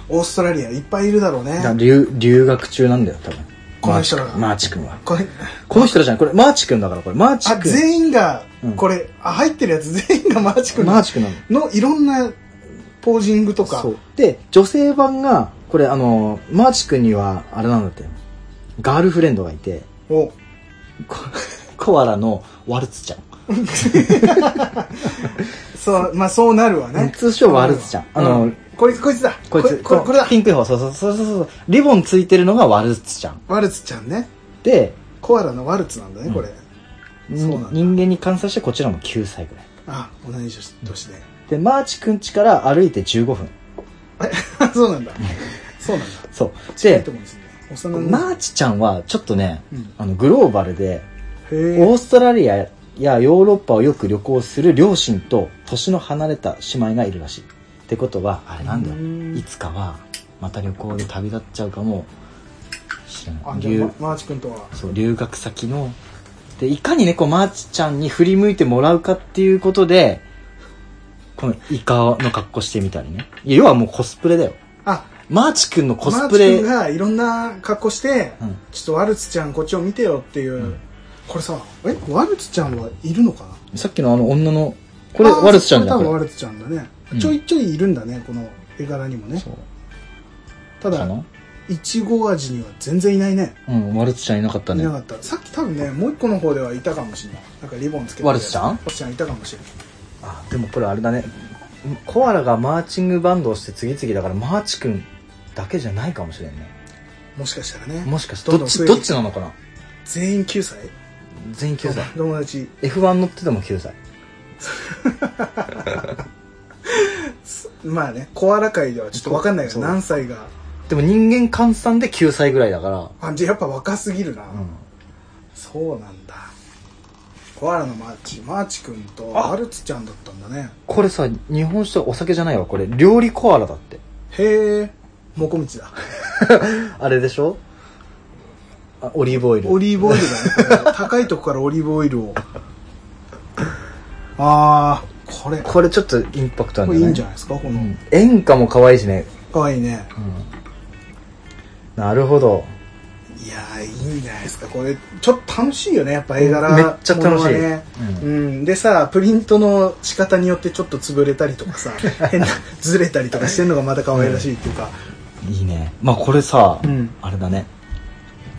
[SPEAKER 1] オーストラリアいっぱいいるだろうね
[SPEAKER 2] だから留留学中なんだよ多分
[SPEAKER 1] この人らが
[SPEAKER 2] マーチ君は
[SPEAKER 1] これ
[SPEAKER 2] この人らじゃないこれマーチ君だからこれマーチ
[SPEAKER 1] あ
[SPEAKER 2] 君
[SPEAKER 1] 全員が、
[SPEAKER 2] うん
[SPEAKER 1] これあ入ってるやつ全員がマーチ君
[SPEAKER 2] マーチ君なの
[SPEAKER 1] のいろんなポージングとか
[SPEAKER 2] そうで女性版がこれあのマーチ君にはあれなんだってガールフレンドがいて
[SPEAKER 1] お
[SPEAKER 2] ココアラのワルツちゃん
[SPEAKER 1] そうまあそうなるわね
[SPEAKER 2] 通称ワルツちゃん
[SPEAKER 1] そうなるわ
[SPEAKER 2] あの
[SPEAKER 1] うこいつこいつだ
[SPEAKER 2] こいつ
[SPEAKER 1] これこれだ
[SPEAKER 2] ピンクい方そうそうそうそうそうリボンついてるのがワルツちゃん
[SPEAKER 1] ワルツちゃんね
[SPEAKER 2] で
[SPEAKER 1] コアラのワルツなんだねこれ、そうなんだ
[SPEAKER 2] 人間に換算してこちらも9歳ぐらい
[SPEAKER 1] あ同じ年で、
[SPEAKER 2] でマーチ君家から歩いて15分
[SPEAKER 1] あそうなんだ。そうなんだ。
[SPEAKER 2] そう
[SPEAKER 1] 近い
[SPEAKER 2] で
[SPEAKER 1] とこですね。幼な
[SPEAKER 2] マーチちゃんはちょっとね、
[SPEAKER 1] うん
[SPEAKER 2] あのグローバルで
[SPEAKER 1] へ
[SPEAKER 2] オ
[SPEAKER 1] え。
[SPEAKER 2] ーストラリアやヨーロッパをよく旅行する両親と年の離れた姉妹がいるらしいってことはあれなんだ
[SPEAKER 1] う
[SPEAKER 2] よ
[SPEAKER 1] ん
[SPEAKER 2] いつかはまた旅行で旅立っちゃうかもしれな
[SPEAKER 1] あ
[SPEAKER 2] い、
[SPEAKER 1] じゃ
[SPEAKER 2] 留
[SPEAKER 1] あ、まマーチ君とは。
[SPEAKER 2] そう留学先のでいかにねこうマーチちゃんに振り向いてもらうかっていうことでこのイカの格好してみたりねいや要はもうコスプレだよ
[SPEAKER 1] あ、
[SPEAKER 2] マーチくんのコ
[SPEAKER 1] マ
[SPEAKER 2] ス
[SPEAKER 1] ー
[SPEAKER 2] プ
[SPEAKER 1] チ
[SPEAKER 2] レ
[SPEAKER 1] 君がいろんな格好して
[SPEAKER 2] うん、
[SPEAKER 1] ちょっとワルツちゃんこっちを見てよっていう。これさ、え、ワルツちゃんはいるのかな
[SPEAKER 2] さっきのあの女のこれ
[SPEAKER 1] あー
[SPEAKER 2] ワルツちゃんじゃん
[SPEAKER 1] これ多分
[SPEAKER 2] こ
[SPEAKER 1] ワ
[SPEAKER 2] れ
[SPEAKER 1] ルツちゃんだね
[SPEAKER 2] うん。
[SPEAKER 1] ちょいちょいいるんだね、この絵柄にもね
[SPEAKER 2] そ。う
[SPEAKER 1] た
[SPEAKER 2] か
[SPEAKER 1] だ
[SPEAKER 2] な、
[SPEAKER 1] いちご味には全然いないね。
[SPEAKER 2] うんワルツちゃんいなかった
[SPEAKER 1] い
[SPEAKER 2] ね
[SPEAKER 1] なかった。さっき多分ね、もう一個の方ではいたかもしれない。なんかリボンつけてる
[SPEAKER 2] ワルツちゃん
[SPEAKER 1] ワルツちゃんいたかもしれない。
[SPEAKER 2] あでもこれあれだねコアラがマーチングバンドをして次々だからマーチくんだけじゃないかもしれんね
[SPEAKER 1] もしかしたらね。
[SPEAKER 2] もしかして
[SPEAKER 1] ど
[SPEAKER 2] ど
[SPEAKER 1] んど
[SPEAKER 2] っ
[SPEAKER 1] ん
[SPEAKER 2] ち
[SPEAKER 1] 増え
[SPEAKER 2] ど
[SPEAKER 1] て
[SPEAKER 2] っちなのかな
[SPEAKER 1] 全員9歳
[SPEAKER 2] 全員9歳
[SPEAKER 1] 友達
[SPEAKER 2] F1 乗ってても9歳
[SPEAKER 1] まあねコアラ界ではちょっと分かんないか
[SPEAKER 2] そう
[SPEAKER 1] ら何歳が
[SPEAKER 2] でも人間換算で9歳ぐらいだから
[SPEAKER 1] あじゃあやっぱ若すぎるな、
[SPEAKER 2] う
[SPEAKER 1] そうなんだコアラのマーチマーチ君と
[SPEAKER 2] あ
[SPEAKER 1] アルツちゃんだったんだね
[SPEAKER 2] これさ日本酒はお酒じゃないわこれ料理コアラだって
[SPEAKER 1] へえもこみちだ
[SPEAKER 2] あれでしょあオリーブオイル
[SPEAKER 1] オリーブオイルだねこれ高いとこからオリーブオイル をああこれこ
[SPEAKER 2] これちょっとインパクトある
[SPEAKER 1] れいいんじゃ
[SPEAKER 2] な
[SPEAKER 1] ないですかこ
[SPEAKER 2] い
[SPEAKER 1] の
[SPEAKER 2] うん演歌も可愛いしね
[SPEAKER 1] かわいいね
[SPEAKER 2] なるほど
[SPEAKER 1] いやーいいんじゃないですかこれちょっと楽しいよねやっぱ絵柄
[SPEAKER 2] めっちゃ楽しい
[SPEAKER 1] ものはね
[SPEAKER 2] う
[SPEAKER 1] うんでさプリントの仕方によってちょっと潰れたりとか さ変なずれたりとかしてるのがまた可愛らしいっていうか、
[SPEAKER 2] いいねまあこれさ、
[SPEAKER 1] うん
[SPEAKER 2] あれだね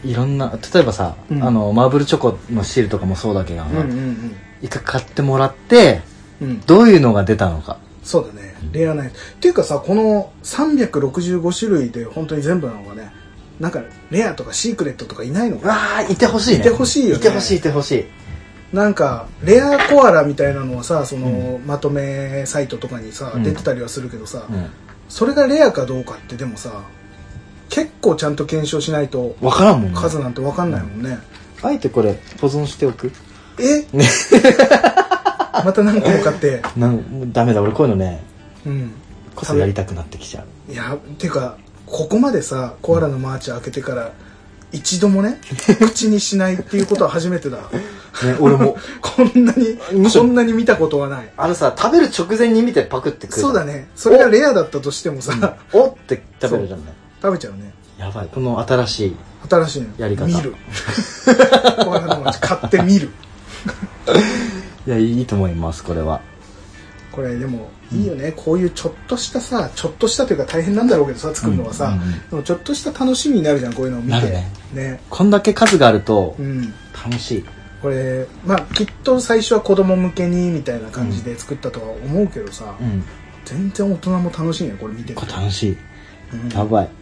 [SPEAKER 2] いろんな例えばさ、
[SPEAKER 1] うん
[SPEAKER 2] あのマーブルチョコのシールとかもそうだけど、
[SPEAKER 1] うんうんうん
[SPEAKER 2] 一回買ってもらって
[SPEAKER 1] うん
[SPEAKER 2] どういうのが出たのか。
[SPEAKER 1] そうだねレアなやつっていうかさこの365種類で本当に全部なのがねなんかレアとかシークレットとかいないのか
[SPEAKER 2] ああ、いてほしいね。
[SPEAKER 1] いてほしいよね
[SPEAKER 2] いてほしい、いてほしい。
[SPEAKER 1] なんかレアコアラみたいなのはさその、まとめサイトとかにさ
[SPEAKER 2] うん
[SPEAKER 1] 出てたりはするけどさ、
[SPEAKER 2] うん。
[SPEAKER 1] それがレアかどうかってでもさ結構ちゃんと検証しないと
[SPEAKER 2] わからんもんね。
[SPEAKER 1] 数なんて分かんないもんね、
[SPEAKER 2] あえてこれ、保存しておく
[SPEAKER 1] え また何個も買って
[SPEAKER 2] なんもうダメだ、俺こういうのね、
[SPEAKER 1] うん
[SPEAKER 2] こそやりたくなってきちゃう。
[SPEAKER 1] いやてかここまでさコアラのマーチ開けてから一度もね口にしないっていうことは初めてだ
[SPEAKER 2] ね、俺も。
[SPEAKER 1] こんなに
[SPEAKER 2] むしろ
[SPEAKER 1] こんなに見たことはない
[SPEAKER 2] あのさ、食べる直前に見てパクって食う。
[SPEAKER 1] そうだ。ねそれがレアだったとしてもさ、
[SPEAKER 2] おって食べるじゃんね。
[SPEAKER 1] 食べちゃうね
[SPEAKER 2] やばい。この新しい。
[SPEAKER 1] 新しいの
[SPEAKER 2] やり方
[SPEAKER 1] 見 るコアラのマーチ買って見る
[SPEAKER 2] いや、いいと思います、これは。
[SPEAKER 1] これでもいいよね、こういうちょっとしたさちょっとしたというか大変なんだろうけどさ作るのはさ、
[SPEAKER 2] うんうんうん
[SPEAKER 1] でもちょっとした楽しみになるじゃんこういうのを見て
[SPEAKER 2] なるね
[SPEAKER 1] ね
[SPEAKER 2] こんだけ数があると
[SPEAKER 1] う、ん
[SPEAKER 2] 楽しい。
[SPEAKER 1] これまあきっと最初は子供向けにみたいな感じで作ったとは思うけどさ、
[SPEAKER 2] うん。
[SPEAKER 1] 全然大人も楽しいねこれ見てる
[SPEAKER 2] これ楽しい。
[SPEAKER 1] うん
[SPEAKER 2] やばい。
[SPEAKER 1] こ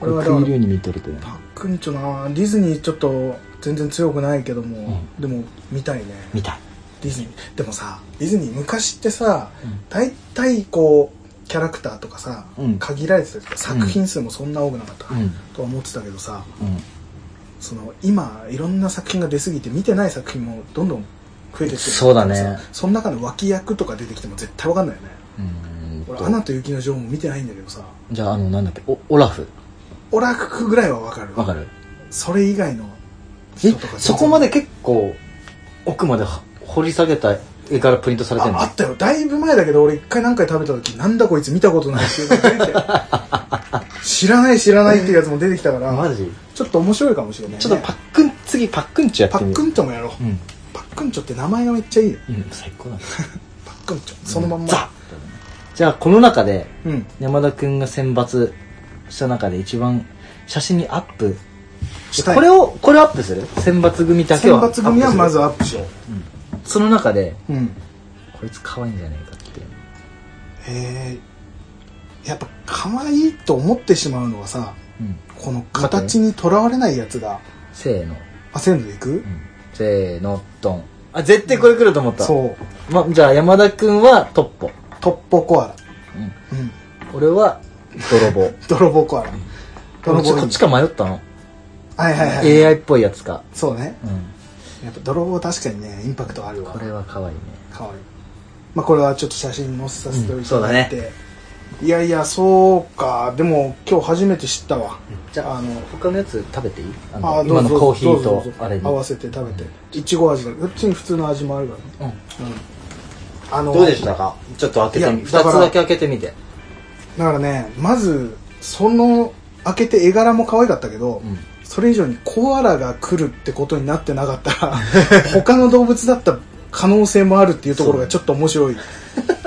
[SPEAKER 2] こ
[SPEAKER 1] れ
[SPEAKER 2] れ
[SPEAKER 1] は
[SPEAKER 2] は
[SPEAKER 1] だから
[SPEAKER 2] 食い流に見とるというね
[SPEAKER 1] パックンチョなディズニーちょっと全然強くないけども、
[SPEAKER 2] う
[SPEAKER 1] でも見たいね
[SPEAKER 2] 見たい。
[SPEAKER 1] ディズニーでもさディズニー昔ってさ
[SPEAKER 2] うん
[SPEAKER 1] 大体、こうキャラクターとかさ、
[SPEAKER 2] うん
[SPEAKER 1] 限られてたりとか作品数もそんな多くなかった、
[SPEAKER 2] うん。
[SPEAKER 1] とは思ってたけどさ
[SPEAKER 2] うん。
[SPEAKER 1] その今いろんな作品が出過ぎて見てない作品もどんどん増えてきてる
[SPEAKER 2] そうだね
[SPEAKER 1] その中の脇役とか出てきても絶対わかんないよね
[SPEAKER 2] うん
[SPEAKER 1] 俺「アナと雪の女王」も見てないんだけどさ
[SPEAKER 2] じゃあ、あの、なんだっけ、おオラフ。
[SPEAKER 1] オラクぐらいはわかる
[SPEAKER 2] わかる
[SPEAKER 1] それ以外の
[SPEAKER 2] え
[SPEAKER 1] 人とか
[SPEAKER 2] そこまで結構、奥までは掘り下げた絵からプリントされてる
[SPEAKER 1] あ
[SPEAKER 2] の
[SPEAKER 1] あったよだいぶ前だけど俺一回何回食べた時なんだこいつ見たことないっていうのが出てきて知らない知らないっていうやつも出てきたから、
[SPEAKER 2] マジ
[SPEAKER 1] ちょっと面白いかもしれない、ね、
[SPEAKER 2] ちょっとパックン、次パックンチやって
[SPEAKER 1] パ
[SPEAKER 2] み
[SPEAKER 1] ッ
[SPEAKER 2] る。
[SPEAKER 1] クンチョもやろう、
[SPEAKER 2] うん。
[SPEAKER 1] パックンチョって名前がめっちゃいいよ
[SPEAKER 2] うん、最高なんだ。
[SPEAKER 1] パックンチョそのまんま、
[SPEAKER 2] ザじゃあ、この中で、
[SPEAKER 1] うん
[SPEAKER 2] 山田くんが選抜した中で一番写真にアップ。
[SPEAKER 1] したい
[SPEAKER 2] これを、これアップする選抜組だけ
[SPEAKER 1] 選
[SPEAKER 2] は。
[SPEAKER 1] 抜組はまず。アップしよ
[SPEAKER 2] その中で、
[SPEAKER 1] う、うん、
[SPEAKER 2] こいつ可愛いんじゃないかっていう。
[SPEAKER 1] えー、やっぱ可愛いと思ってしまうのはさ
[SPEAKER 2] うん。
[SPEAKER 1] この形にとらわれないやつが
[SPEAKER 2] せーの。
[SPEAKER 1] あせんでいく、
[SPEAKER 2] うんせーの、ドン。あ、絶対これ来ると思った。
[SPEAKER 1] そう
[SPEAKER 2] ま、じゃあ山田くんはトッポ。
[SPEAKER 1] トッポコアラ、
[SPEAKER 2] うん。
[SPEAKER 1] うん、
[SPEAKER 2] 俺は泥棒。
[SPEAKER 1] 泥棒コアラ泥
[SPEAKER 2] 俺ちょ
[SPEAKER 1] 棒
[SPEAKER 2] こ
[SPEAKER 1] こ
[SPEAKER 2] っちか迷ったの。
[SPEAKER 1] はいはいはい、
[SPEAKER 2] AI っぽいやつか。
[SPEAKER 1] そうね
[SPEAKER 2] うん。
[SPEAKER 1] やっぱ泥棒確かにねインパクトあるわ
[SPEAKER 2] これは可愛いね。
[SPEAKER 1] 可愛いまあこれはちょっと写真載せさせておいてもらって、
[SPEAKER 2] うん
[SPEAKER 1] いやいやそうかでも今日初めて知ったわ、
[SPEAKER 2] じゃあ、あの、他のやつ食べていいあの
[SPEAKER 1] あーど
[SPEAKER 2] 今
[SPEAKER 1] うぞ
[SPEAKER 2] のコーヒー
[SPEAKER 1] どうぞどうぞ
[SPEAKER 2] とあれに。
[SPEAKER 1] 合わせて食べていちご味だ普通に普通の味もあるからね
[SPEAKER 2] うん。
[SPEAKER 1] あの
[SPEAKER 2] どうでしたかちょっと開けてみ
[SPEAKER 1] いや
[SPEAKER 2] 二つ
[SPEAKER 1] だから
[SPEAKER 2] だけ開けてみて。
[SPEAKER 1] だからねまずその開けて絵柄も可愛かったけど、
[SPEAKER 2] うん
[SPEAKER 1] それ以上にコアラが来るってことになってなかった ら他の動物だった可能性もあるっていうところがちょっと面白い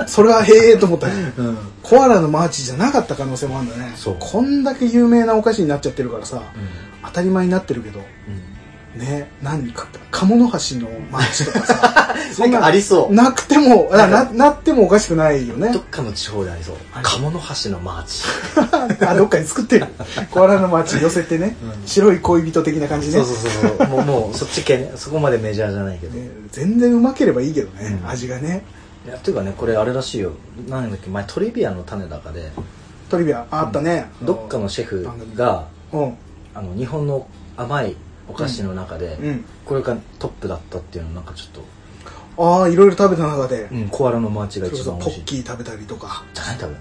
[SPEAKER 1] それはへえと思った、
[SPEAKER 2] うん。
[SPEAKER 1] コアラのマーチじゃなかった可能性もあるんだね
[SPEAKER 2] そう
[SPEAKER 1] こんだけ有名なお菓子になっちゃってるからさ、当たり前になってるけどね何か鴨の橋のマーチとかさそん
[SPEAKER 2] なんかありそう。
[SPEAKER 1] なくてもな
[SPEAKER 2] な
[SPEAKER 1] ななってもおかしくないよね
[SPEAKER 2] どっかの地方でありそう。鴨の橋のマーチ。
[SPEAKER 1] あどっかに作ってるコアラの街寄せてね、
[SPEAKER 2] うん
[SPEAKER 1] 白い恋人的な感じ
[SPEAKER 2] そ
[SPEAKER 1] ね
[SPEAKER 2] うそうそうそう。もう、もう、そっち系ね。そこまでメジャーじゃないけど。
[SPEAKER 1] ね全然うまければいいけどね、
[SPEAKER 2] うん
[SPEAKER 1] 味がね
[SPEAKER 2] いやっていうかねこれあれらしいよ何だっけ前トリビアの種だかで
[SPEAKER 1] トリビアああったね、
[SPEAKER 2] どっかのシェフが
[SPEAKER 1] うん
[SPEAKER 2] あの日本の甘いお菓子の中で、
[SPEAKER 1] うん
[SPEAKER 2] これがトップだったっていうのなんかちょっと、
[SPEAKER 1] ああいろいろ食べた中で、
[SPEAKER 2] うん、コアラのマーチが
[SPEAKER 1] それこ
[SPEAKER 2] 一
[SPEAKER 1] そ
[SPEAKER 2] 番美
[SPEAKER 1] ポ
[SPEAKER 2] 味しい
[SPEAKER 1] ッキー食べたりとか
[SPEAKER 2] じゃない多分
[SPEAKER 1] へ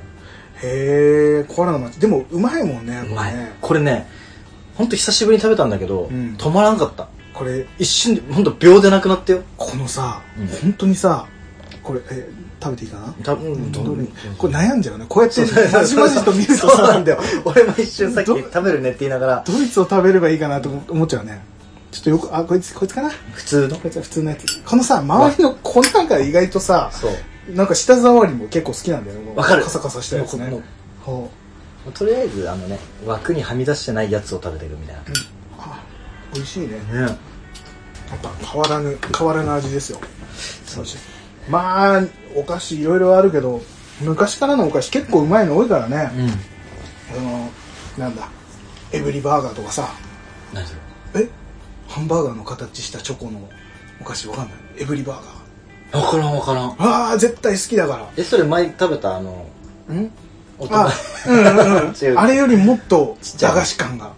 [SPEAKER 1] えコアラの街でもうまいもんね
[SPEAKER 2] うまい
[SPEAKER 1] これね
[SPEAKER 2] これねほんと久しぶりに食べたんだけど、
[SPEAKER 1] うん
[SPEAKER 2] 止まらんかった
[SPEAKER 1] これ
[SPEAKER 2] 一瞬でほんと秒でなくなったよ
[SPEAKER 1] このさ、
[SPEAKER 2] うん
[SPEAKER 1] 本当にさこれえ食べていいかな
[SPEAKER 2] 多分
[SPEAKER 1] どれこ
[SPEAKER 2] こ
[SPEAKER 1] れ
[SPEAKER 2] れ
[SPEAKER 1] 悩んじゃうねこうやって
[SPEAKER 2] そう
[SPEAKER 1] まじまじと見るとさ
[SPEAKER 2] そうなんだよ俺も一瞬さっき
[SPEAKER 1] ど
[SPEAKER 2] 食べるねって言いながら
[SPEAKER 1] ドイツを食べればいいかなと思思っちゃうねちょっとよくあこいつこいつかな
[SPEAKER 2] 普通の
[SPEAKER 1] こいつは普通のやつこのさ周りの粉が意外とさ
[SPEAKER 2] そう
[SPEAKER 1] なんか舌触りも結構好きなんだよね
[SPEAKER 2] わかる
[SPEAKER 1] カサカサしたやつね
[SPEAKER 2] もう
[SPEAKER 1] ほ
[SPEAKER 2] もうとりあえずあのね枠にはみ出してないやつを食べてるみたいな、
[SPEAKER 1] うあ美味しいね
[SPEAKER 2] ね
[SPEAKER 1] やっぱ変わらぬ変わらぬ味ですよ
[SPEAKER 2] そう
[SPEAKER 1] 美味しいまあお菓子いろいろあるけど昔からのお菓子結構うまいの多いからね、
[SPEAKER 2] うん
[SPEAKER 1] そのなんだエブリバーガーとかさ
[SPEAKER 2] 何それ
[SPEAKER 1] えハンバーガーの形したチョコのお菓子わかんないエブリバーガー
[SPEAKER 2] 分からん分からん
[SPEAKER 1] ああ絶対好きだか
[SPEAKER 2] えそれ前食べたあの
[SPEAKER 1] らん
[SPEAKER 2] 大人
[SPEAKER 1] あうんうん、
[SPEAKER 2] 違
[SPEAKER 1] う、
[SPEAKER 2] うん
[SPEAKER 1] あれよりもっと
[SPEAKER 2] ちっちゃい
[SPEAKER 1] 駄菓子感が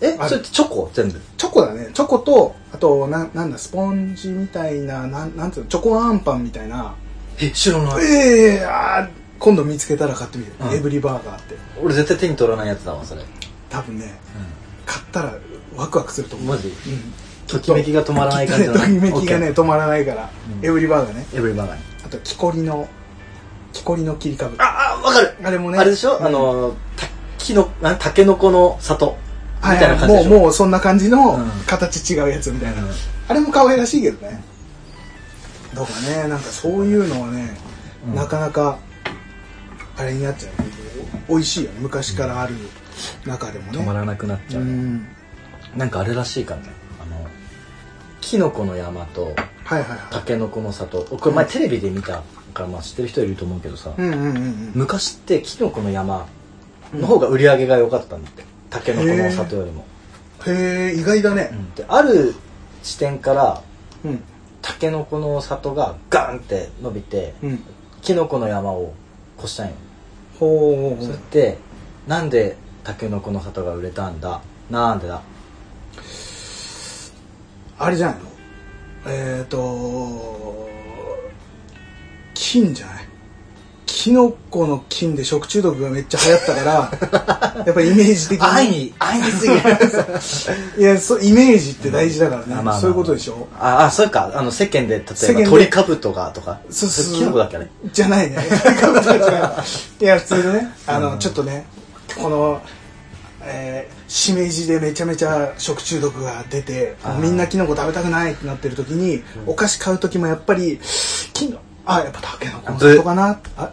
[SPEAKER 2] え
[SPEAKER 1] ある
[SPEAKER 2] それってチョコ全部
[SPEAKER 1] チョコだねチョコとあとななんだスポンジみたいななんなんつうのチョコあんパンみたいな
[SPEAKER 2] え知らない
[SPEAKER 1] ええあー今度見つけたら買ってみる、
[SPEAKER 2] うん
[SPEAKER 1] エブリバーガーって
[SPEAKER 2] 俺絶対手に取らないやつだわそれ
[SPEAKER 1] 多分ね買ったらワクワクすると思う
[SPEAKER 2] マジ
[SPEAKER 1] うん
[SPEAKER 2] ときめきが止まらない感じだ
[SPEAKER 1] ときめきがね
[SPEAKER 2] OK
[SPEAKER 1] 止まらないから、
[SPEAKER 2] うん
[SPEAKER 1] エブリバーガーね
[SPEAKER 2] エブリバーガー
[SPEAKER 1] あと木こりの木こりの切り株あ
[SPEAKER 2] ああ分かる
[SPEAKER 1] れもね
[SPEAKER 2] あれでしょ、
[SPEAKER 1] うん
[SPEAKER 2] あのたきのなんたけのこの里み
[SPEAKER 1] はい
[SPEAKER 2] たいな感じで
[SPEAKER 1] も
[SPEAKER 2] し
[SPEAKER 1] う
[SPEAKER 2] ょ
[SPEAKER 1] もうそんな感じの
[SPEAKER 2] うん
[SPEAKER 1] 形違うやつみたいな、
[SPEAKER 2] うん
[SPEAKER 1] あれも可愛らしいけどねだからねなんかそういうのはね、
[SPEAKER 2] うん
[SPEAKER 1] なかなかあれになっちゃうお美味しいよね昔からある中でもね
[SPEAKER 2] 止まらなくなっちゃう、
[SPEAKER 1] うん
[SPEAKER 2] なんかあれらしいからねあのキノコの山と
[SPEAKER 1] はいはい
[SPEAKER 2] タ
[SPEAKER 1] は
[SPEAKER 2] ケノコの里これ前テレビで見たから、まあ、知ってる人いると思うけどさ、
[SPEAKER 1] いうんうんうん
[SPEAKER 2] 昔ってキノコの山の方が売り上げが良かったんだってタケノコの里よりも、
[SPEAKER 1] うんへえ意外だね
[SPEAKER 2] うんである地点から
[SPEAKER 1] うん
[SPEAKER 2] タケノコの里がガンって伸びて
[SPEAKER 1] うん
[SPEAKER 2] キノコの山を越したんよ、
[SPEAKER 1] ほう
[SPEAKER 2] それってなんでタケノコの里が売れたんだなんでだ
[SPEAKER 1] あれじゃないのえっ、ー、と菌じゃないキノコの菌で食中毒がめっちゃ流行ったから やっぱイメージ的
[SPEAKER 2] 愛
[SPEAKER 1] に
[SPEAKER 2] に愛にすぎる
[SPEAKER 1] いやそうイメージって大事だからね、
[SPEAKER 2] あまあまあ
[SPEAKER 1] そういうことでしょ
[SPEAKER 2] ああそうかあの世間で例
[SPEAKER 1] 世
[SPEAKER 2] え
[SPEAKER 1] 間で
[SPEAKER 2] ば鳥カブトがとか
[SPEAKER 1] そうそうそう
[SPEAKER 2] れキノコだっけね
[SPEAKER 1] じゃ ないねいや普通のねあの、
[SPEAKER 2] うん
[SPEAKER 1] ちょっとねこのえー、しめじでめちゃめちゃ食中毒が出て
[SPEAKER 2] あー
[SPEAKER 1] みんなキノコ食べたくないってなってる時に、お菓子買う時もやっぱりキノあやっぱタケノコのことかなあ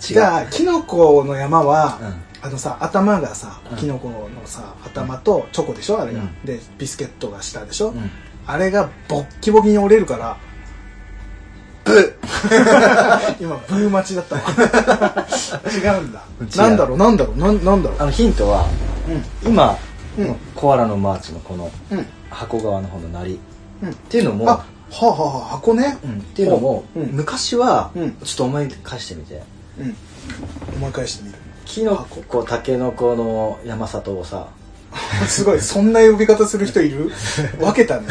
[SPEAKER 2] 違
[SPEAKER 1] じゃあキノコの山は、
[SPEAKER 2] う
[SPEAKER 1] あのさ頭がさ
[SPEAKER 2] うん
[SPEAKER 1] キノコのさ頭とチョコでしょあれが、
[SPEAKER 2] うん
[SPEAKER 1] でビスケットが下でしょ、
[SPEAKER 2] うん
[SPEAKER 1] あれがボッキボキに折れるから ブ今ブー待ちだったわ違うんだ
[SPEAKER 2] 違う
[SPEAKER 1] なんだろうなんだろうなんなんだろ
[SPEAKER 2] あのヒントは今、
[SPEAKER 1] うん
[SPEAKER 2] コアラのマーチのこの
[SPEAKER 1] ううんうん
[SPEAKER 2] 箱川の方のなりっ
[SPEAKER 1] うん
[SPEAKER 2] ていうのも
[SPEAKER 1] あはあはあはあ箱ね
[SPEAKER 2] うんっていうのも、
[SPEAKER 1] うん
[SPEAKER 2] 昔は、
[SPEAKER 1] うん
[SPEAKER 2] ちょっと思い返してみて
[SPEAKER 1] うん思い返してみる
[SPEAKER 2] キノコタケノコの山里を さ
[SPEAKER 1] すごいそんな呼び方する人い る分けたね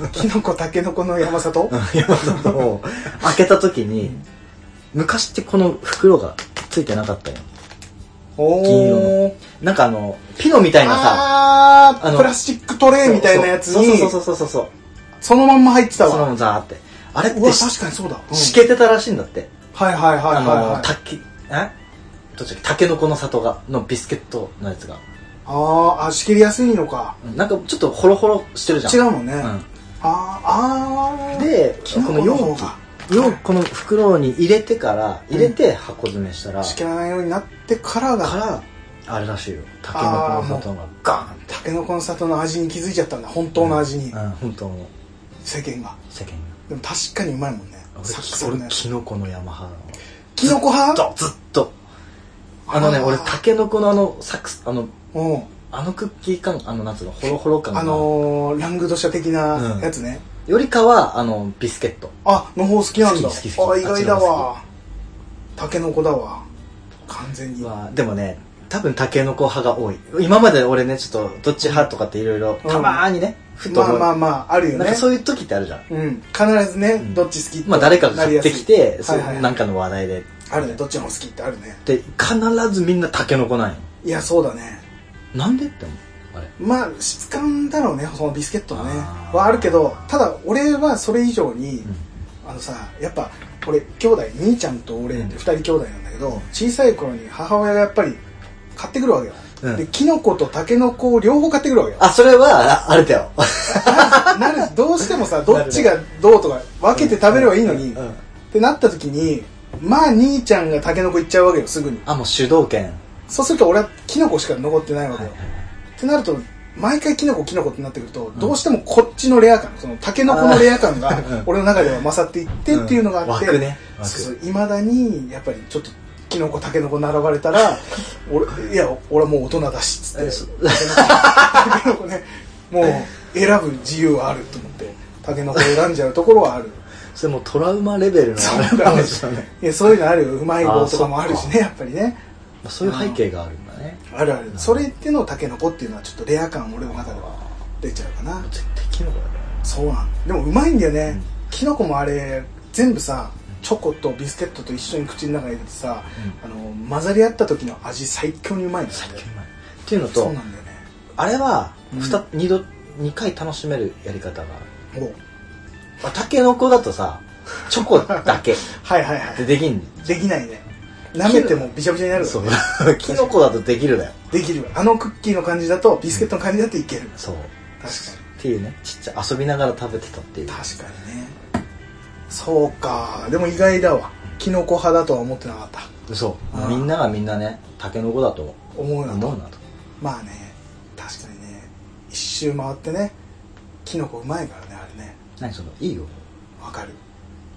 [SPEAKER 1] うんキノコタケノコの山里
[SPEAKER 2] 山里を開けた時に、昔ってこの袋がついてなかったよ
[SPEAKER 1] おー
[SPEAKER 2] 銀色のなんかあのピノみたいなさ
[SPEAKER 1] あー
[SPEAKER 2] あの
[SPEAKER 1] プラスチックトレイみたいなやつに
[SPEAKER 2] そうそうそうそうそうそう
[SPEAKER 1] そのまんま入ってた
[SPEAKER 2] その
[SPEAKER 1] わ
[SPEAKER 2] ままザーってあれって
[SPEAKER 1] うわ確かにそうだ、うん
[SPEAKER 2] しけてたらしいんだって
[SPEAKER 1] はいはいはい
[SPEAKER 2] あ
[SPEAKER 1] はい
[SPEAKER 2] の、
[SPEAKER 1] はい
[SPEAKER 2] たき、えどっちだっけタケノコの里が、のビスケットのやつが。
[SPEAKER 1] あーあ仕切りやすいのか
[SPEAKER 2] うんなんかちょっとホロホロしてるじゃん。
[SPEAKER 1] 違うもんね、
[SPEAKER 2] う
[SPEAKER 1] あ
[SPEAKER 2] ん
[SPEAKER 1] ああー
[SPEAKER 2] で、
[SPEAKER 1] キノコ
[SPEAKER 2] この
[SPEAKER 1] の方
[SPEAKER 2] 容
[SPEAKER 1] が
[SPEAKER 2] 器、容器、この袋に入れてから、入れて箱詰めしたら、
[SPEAKER 1] 仕切らないようになってからが
[SPEAKER 2] から、あれらしいよ。タケノコの里がガーンって。
[SPEAKER 1] たけのこの里の味に気づいちゃったんだ本当の味に、
[SPEAKER 2] うん、本当の
[SPEAKER 1] 世間が
[SPEAKER 2] 世間
[SPEAKER 1] でも確かにうまいもんね
[SPEAKER 2] が。
[SPEAKER 1] さっきから
[SPEAKER 2] 俺、
[SPEAKER 1] ね
[SPEAKER 2] 俺キノコの山派なの。
[SPEAKER 1] キノコ派
[SPEAKER 2] ずっと、ずっと。あのね、
[SPEAKER 1] あー
[SPEAKER 2] 俺、タケノコのあの、サクス、あの、
[SPEAKER 1] うん
[SPEAKER 2] あのクッキー感、あの、なんつうの、ホロホロ感が
[SPEAKER 1] あのー、ラングドシャ的なやつね、
[SPEAKER 2] よりかは、あの、ビスケット。
[SPEAKER 1] あ、の方好きなんだ。
[SPEAKER 2] 好き好き好き
[SPEAKER 1] あ、意外だわ。タケノコだわ。完全に。
[SPEAKER 2] まあ、でもね多分タケノコ派が多い今まで俺ねちょっとどっち派とかっていろいろ
[SPEAKER 1] うん
[SPEAKER 2] たまーにね、ふと
[SPEAKER 1] まあ
[SPEAKER 2] 思う
[SPEAKER 1] まあまあ、あるよ
[SPEAKER 2] なん
[SPEAKER 1] ね
[SPEAKER 2] か。そういう時ってあるじゃん、
[SPEAKER 1] うん。必ずね、
[SPEAKER 2] ん
[SPEAKER 1] どっち好きって
[SPEAKER 2] まあ誰かが買ってきて、
[SPEAKER 1] な
[SPEAKER 2] そ
[SPEAKER 1] り
[SPEAKER 2] う
[SPEAKER 1] やすいはいはい
[SPEAKER 2] なんかの話題で
[SPEAKER 1] あるね、どっちも好きってあるね。
[SPEAKER 2] で必ずみんなタケノコなんよ
[SPEAKER 1] いや、そうだね。
[SPEAKER 2] なんでって思うあれ
[SPEAKER 1] まあ、質感だろうね、そのビスケットのね
[SPEAKER 2] あ。ー
[SPEAKER 1] はあるけど、ただ俺はそれ以上に、あのさ、やっぱ、俺、兄弟、兄ちゃんと俺って
[SPEAKER 2] うん
[SPEAKER 1] 二人兄弟なんだけど、小さい頃に母親がやっぱり買ってくるわけよ。
[SPEAKER 2] うん
[SPEAKER 1] で、キノコとタケノコを両方買ってくる わけよ。
[SPEAKER 2] あそれはああれだよ
[SPEAKER 1] なるどうしてもさどっちがどうとか分けて食べればいいのに、
[SPEAKER 2] うんうん
[SPEAKER 1] ってなった時にまあ兄ちゃんがタケノコいっちゃうわけよすぐに
[SPEAKER 2] あもう主導権
[SPEAKER 1] そうすると俺はキノコしか残ってないわけよ、ってなると毎回キノコキノコってなってくると、どうしてもこっちのレア感そのタケノコのレア感が
[SPEAKER 2] ーうん
[SPEAKER 1] 俺の中では勝っていってっていうのがあって、
[SPEAKER 2] うん湧くね湧く
[SPEAKER 1] そうそういまだにやっぱりちょっとキノコタケノコ並ばれた ら俺いや俺はもう大人だしっつって
[SPEAKER 2] えそ
[SPEAKER 1] タケノコ ねもう選ぶ自由はあると思ってタケノコ選んじゃうところ はある
[SPEAKER 2] それもうトラウマレベルの
[SPEAKER 1] そうだね
[SPEAKER 2] 話だね
[SPEAKER 1] いやそういうのあるようまい棒とかもあるしねやっぱりね
[SPEAKER 2] まあそういう背景があるんだね
[SPEAKER 1] あるあるそれってのタケノコっていうのはちょっとレア感俺の中では出ちゃうかな
[SPEAKER 2] 絶対キノコだね
[SPEAKER 1] そうなんだでもうまいんだよね、キノコもあれ全部さチョコとビスケットと一緒に口の中に入れてさ、あの混ざり合った時の味最強にうまいんだよ
[SPEAKER 2] 最
[SPEAKER 1] ね
[SPEAKER 2] 近うまいっていうの
[SPEAKER 1] そう
[SPEAKER 2] と
[SPEAKER 1] なんだよね
[SPEAKER 2] あれは
[SPEAKER 1] うん
[SPEAKER 2] 2, 二度2回楽しめるやり方がある
[SPEAKER 1] もう
[SPEAKER 2] まあタケノコだとさチョコだけ
[SPEAKER 1] はいはいは
[SPEAKER 2] でできん
[SPEAKER 1] いできないね舐めてもびちゃびちゃになるか
[SPEAKER 2] そ
[SPEAKER 1] ら
[SPEAKER 2] う
[SPEAKER 1] ね
[SPEAKER 2] キノコだとできるだよ
[SPEAKER 1] できるあのクッキーの感じだとビスケットの感じだっていける
[SPEAKER 2] そうっ
[SPEAKER 1] 確か
[SPEAKER 2] ていうねちっちゃい遊びながら食べてたっていう
[SPEAKER 1] に確かにねそうかでも意外だわキノコ派だとは思ってなかった
[SPEAKER 2] そ
[SPEAKER 1] あー
[SPEAKER 2] うみんながみんなねタケノコだと
[SPEAKER 1] 思うなと
[SPEAKER 2] 思うなと
[SPEAKER 1] まあね確かにね一周回ってねキノコうまいからねあれね
[SPEAKER 2] 何そのいいよ
[SPEAKER 1] わかる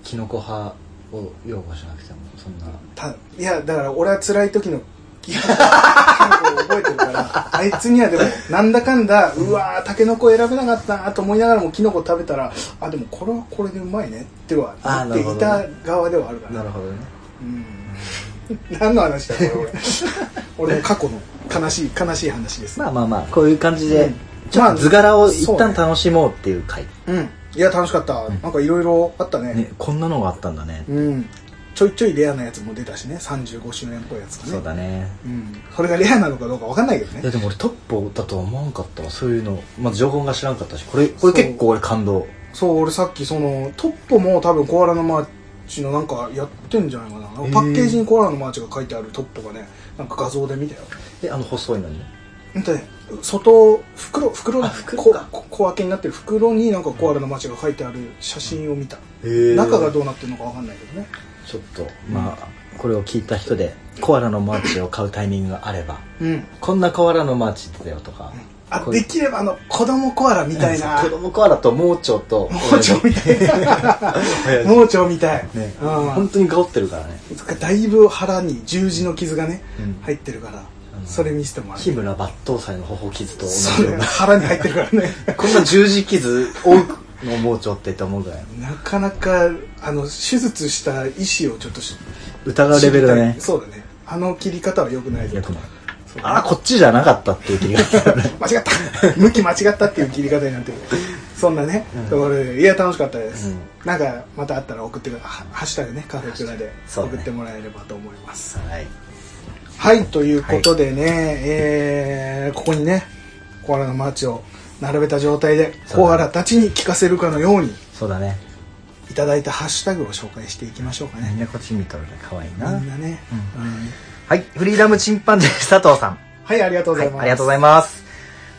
[SPEAKER 2] キノコ派を擁護しなくてもそんな
[SPEAKER 1] たいやだから俺は辛い時の キノコキノコを覚えてるからあいつにはでもなんだかんだうわータケノコ選べなかったなと思いながらもキノコ食べたらあでもこれはこれでうまいねっては
[SPEAKER 2] あ
[SPEAKER 1] 言ってい
[SPEAKER 2] な
[SPEAKER 1] た
[SPEAKER 2] る
[SPEAKER 1] 側ではあるから
[SPEAKER 2] るほどね
[SPEAKER 1] うん何の話だこれ俺俺の過去の悲しい悲しい話です
[SPEAKER 2] まあまあまあこういう感じ
[SPEAKER 1] う
[SPEAKER 2] で
[SPEAKER 1] ん
[SPEAKER 2] ちょ
[SPEAKER 1] まあ
[SPEAKER 2] っと図柄を一
[SPEAKER 1] そうね
[SPEAKER 2] 旦楽しもうっていう回
[SPEAKER 1] うんいや楽しかった、なんかいろいろあった
[SPEAKER 2] ねこんなのがあったんだね
[SPEAKER 1] うん、ちょいちょいレアなやつも出たしね35周年っぽいやつかね
[SPEAKER 2] そうだね
[SPEAKER 1] うん、それがレアなのかどうか分かんないけど
[SPEAKER 2] い
[SPEAKER 1] ね
[SPEAKER 2] やでも俺トップだとは思わんかったわそういうのまず情報が知らんかったしこれこれ結構俺感動
[SPEAKER 1] そう俺さっきそのトッポも多分コアラのマーチのなんかやってんじゃないかな
[SPEAKER 2] へー
[SPEAKER 1] パッケージにコアラのマーチが書いてあるトッポがねなんか画像で見たよ
[SPEAKER 2] えあの細いのに
[SPEAKER 1] ほんとね外袋袋
[SPEAKER 2] あ袋か
[SPEAKER 1] こ小分けになってる袋になんかコアラのマーチが書いてある写真を見た、中がどうなってるのか分かんないけどね
[SPEAKER 2] ちょっとまあこれを聞いた人でコアラのマーチを買うタイミングがあれば
[SPEAKER 1] うん
[SPEAKER 2] こんなコアラのマーチだよとか
[SPEAKER 1] あ
[SPEAKER 2] こう
[SPEAKER 1] できればあの子供コアラみたい な
[SPEAKER 2] 子供コアラと盲腸と
[SPEAKER 1] 盲腸みたいな
[SPEAKER 2] 親 父
[SPEAKER 1] 盲腸みたい、
[SPEAKER 2] ね
[SPEAKER 1] うん
[SPEAKER 2] 本当にがおってるからね
[SPEAKER 1] だいぶ腹に十字の傷がね、
[SPEAKER 2] うん
[SPEAKER 1] 入ってるから
[SPEAKER 2] うん
[SPEAKER 1] それ見せてもら
[SPEAKER 2] 日村抜刀斎の頬傷と同
[SPEAKER 1] そ
[SPEAKER 2] じよう
[SPEAKER 1] れ
[SPEAKER 2] な
[SPEAKER 1] 腹に入ってるからね
[SPEAKER 2] こんな十字傷多くの盲腸ってって思うぐらい
[SPEAKER 1] なかなかあの手術した医師をちょっとし
[SPEAKER 2] 疑うレベルだ
[SPEAKER 1] 知り
[SPEAKER 2] ね
[SPEAKER 1] たいそうだねあの切り方は良くないぞ
[SPEAKER 2] よくない
[SPEAKER 1] そう
[SPEAKER 2] ああこっちじゃなかったっていう気が する
[SPEAKER 1] 間違った 向き間違ったっていう切り方になってるそんなね、
[SPEAKER 2] うん
[SPEAKER 1] ところでいや楽しかったです、
[SPEAKER 2] うん
[SPEAKER 1] なんかまたあったら送ってくださいハッシュタグねカフェクラで
[SPEAKER 2] そうね
[SPEAKER 1] 送ってもらえればと思います、
[SPEAKER 2] はい
[SPEAKER 1] はい、ということでね、えーここにね、コアラのマーチを並べた状態で、
[SPEAKER 2] そうだね
[SPEAKER 1] コアラたちに聞かせるかのように、
[SPEAKER 2] そうだね
[SPEAKER 1] いただいたハッシュタグを紹介していきましょうか
[SPEAKER 2] みん
[SPEAKER 1] ね。
[SPEAKER 2] なこっち見とるね可愛い
[SPEAKER 1] み
[SPEAKER 2] なん
[SPEAKER 1] なね、うん
[SPEAKER 2] はいフリーダムチンパンジー佐藤さん
[SPEAKER 1] はい、ありがとうご
[SPEAKER 2] は
[SPEAKER 1] ざ
[SPEAKER 2] い
[SPEAKER 1] います。
[SPEAKER 2] ありがとうございます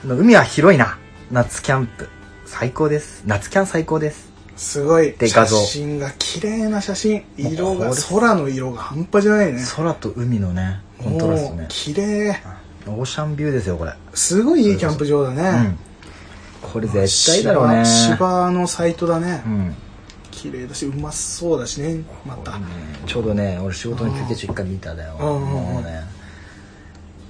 [SPEAKER 2] あの海は広いな夏キャンプ最高です夏キャン最高です
[SPEAKER 1] す。ごい。
[SPEAKER 2] で画像
[SPEAKER 1] 写真が、綺麗な写真。
[SPEAKER 2] もう
[SPEAKER 1] 色が、
[SPEAKER 2] これ
[SPEAKER 1] 空の色が半端じゃないね。
[SPEAKER 2] 空と海のねコントラスト
[SPEAKER 1] もう
[SPEAKER 2] ね
[SPEAKER 1] 綺麗。
[SPEAKER 2] オーシャンビューですよこれ
[SPEAKER 1] すごいいいキャンプ場だ
[SPEAKER 2] う
[SPEAKER 1] ね
[SPEAKER 2] ん。これ絶対だろうね
[SPEAKER 1] 芝芝のサイトだね
[SPEAKER 2] う。ん
[SPEAKER 1] 綺麗だし、うまそうだしね、また。
[SPEAKER 2] ちょうどね俺仕事の休憩中一回見ただよ
[SPEAKER 1] うんうんうん
[SPEAKER 2] もうね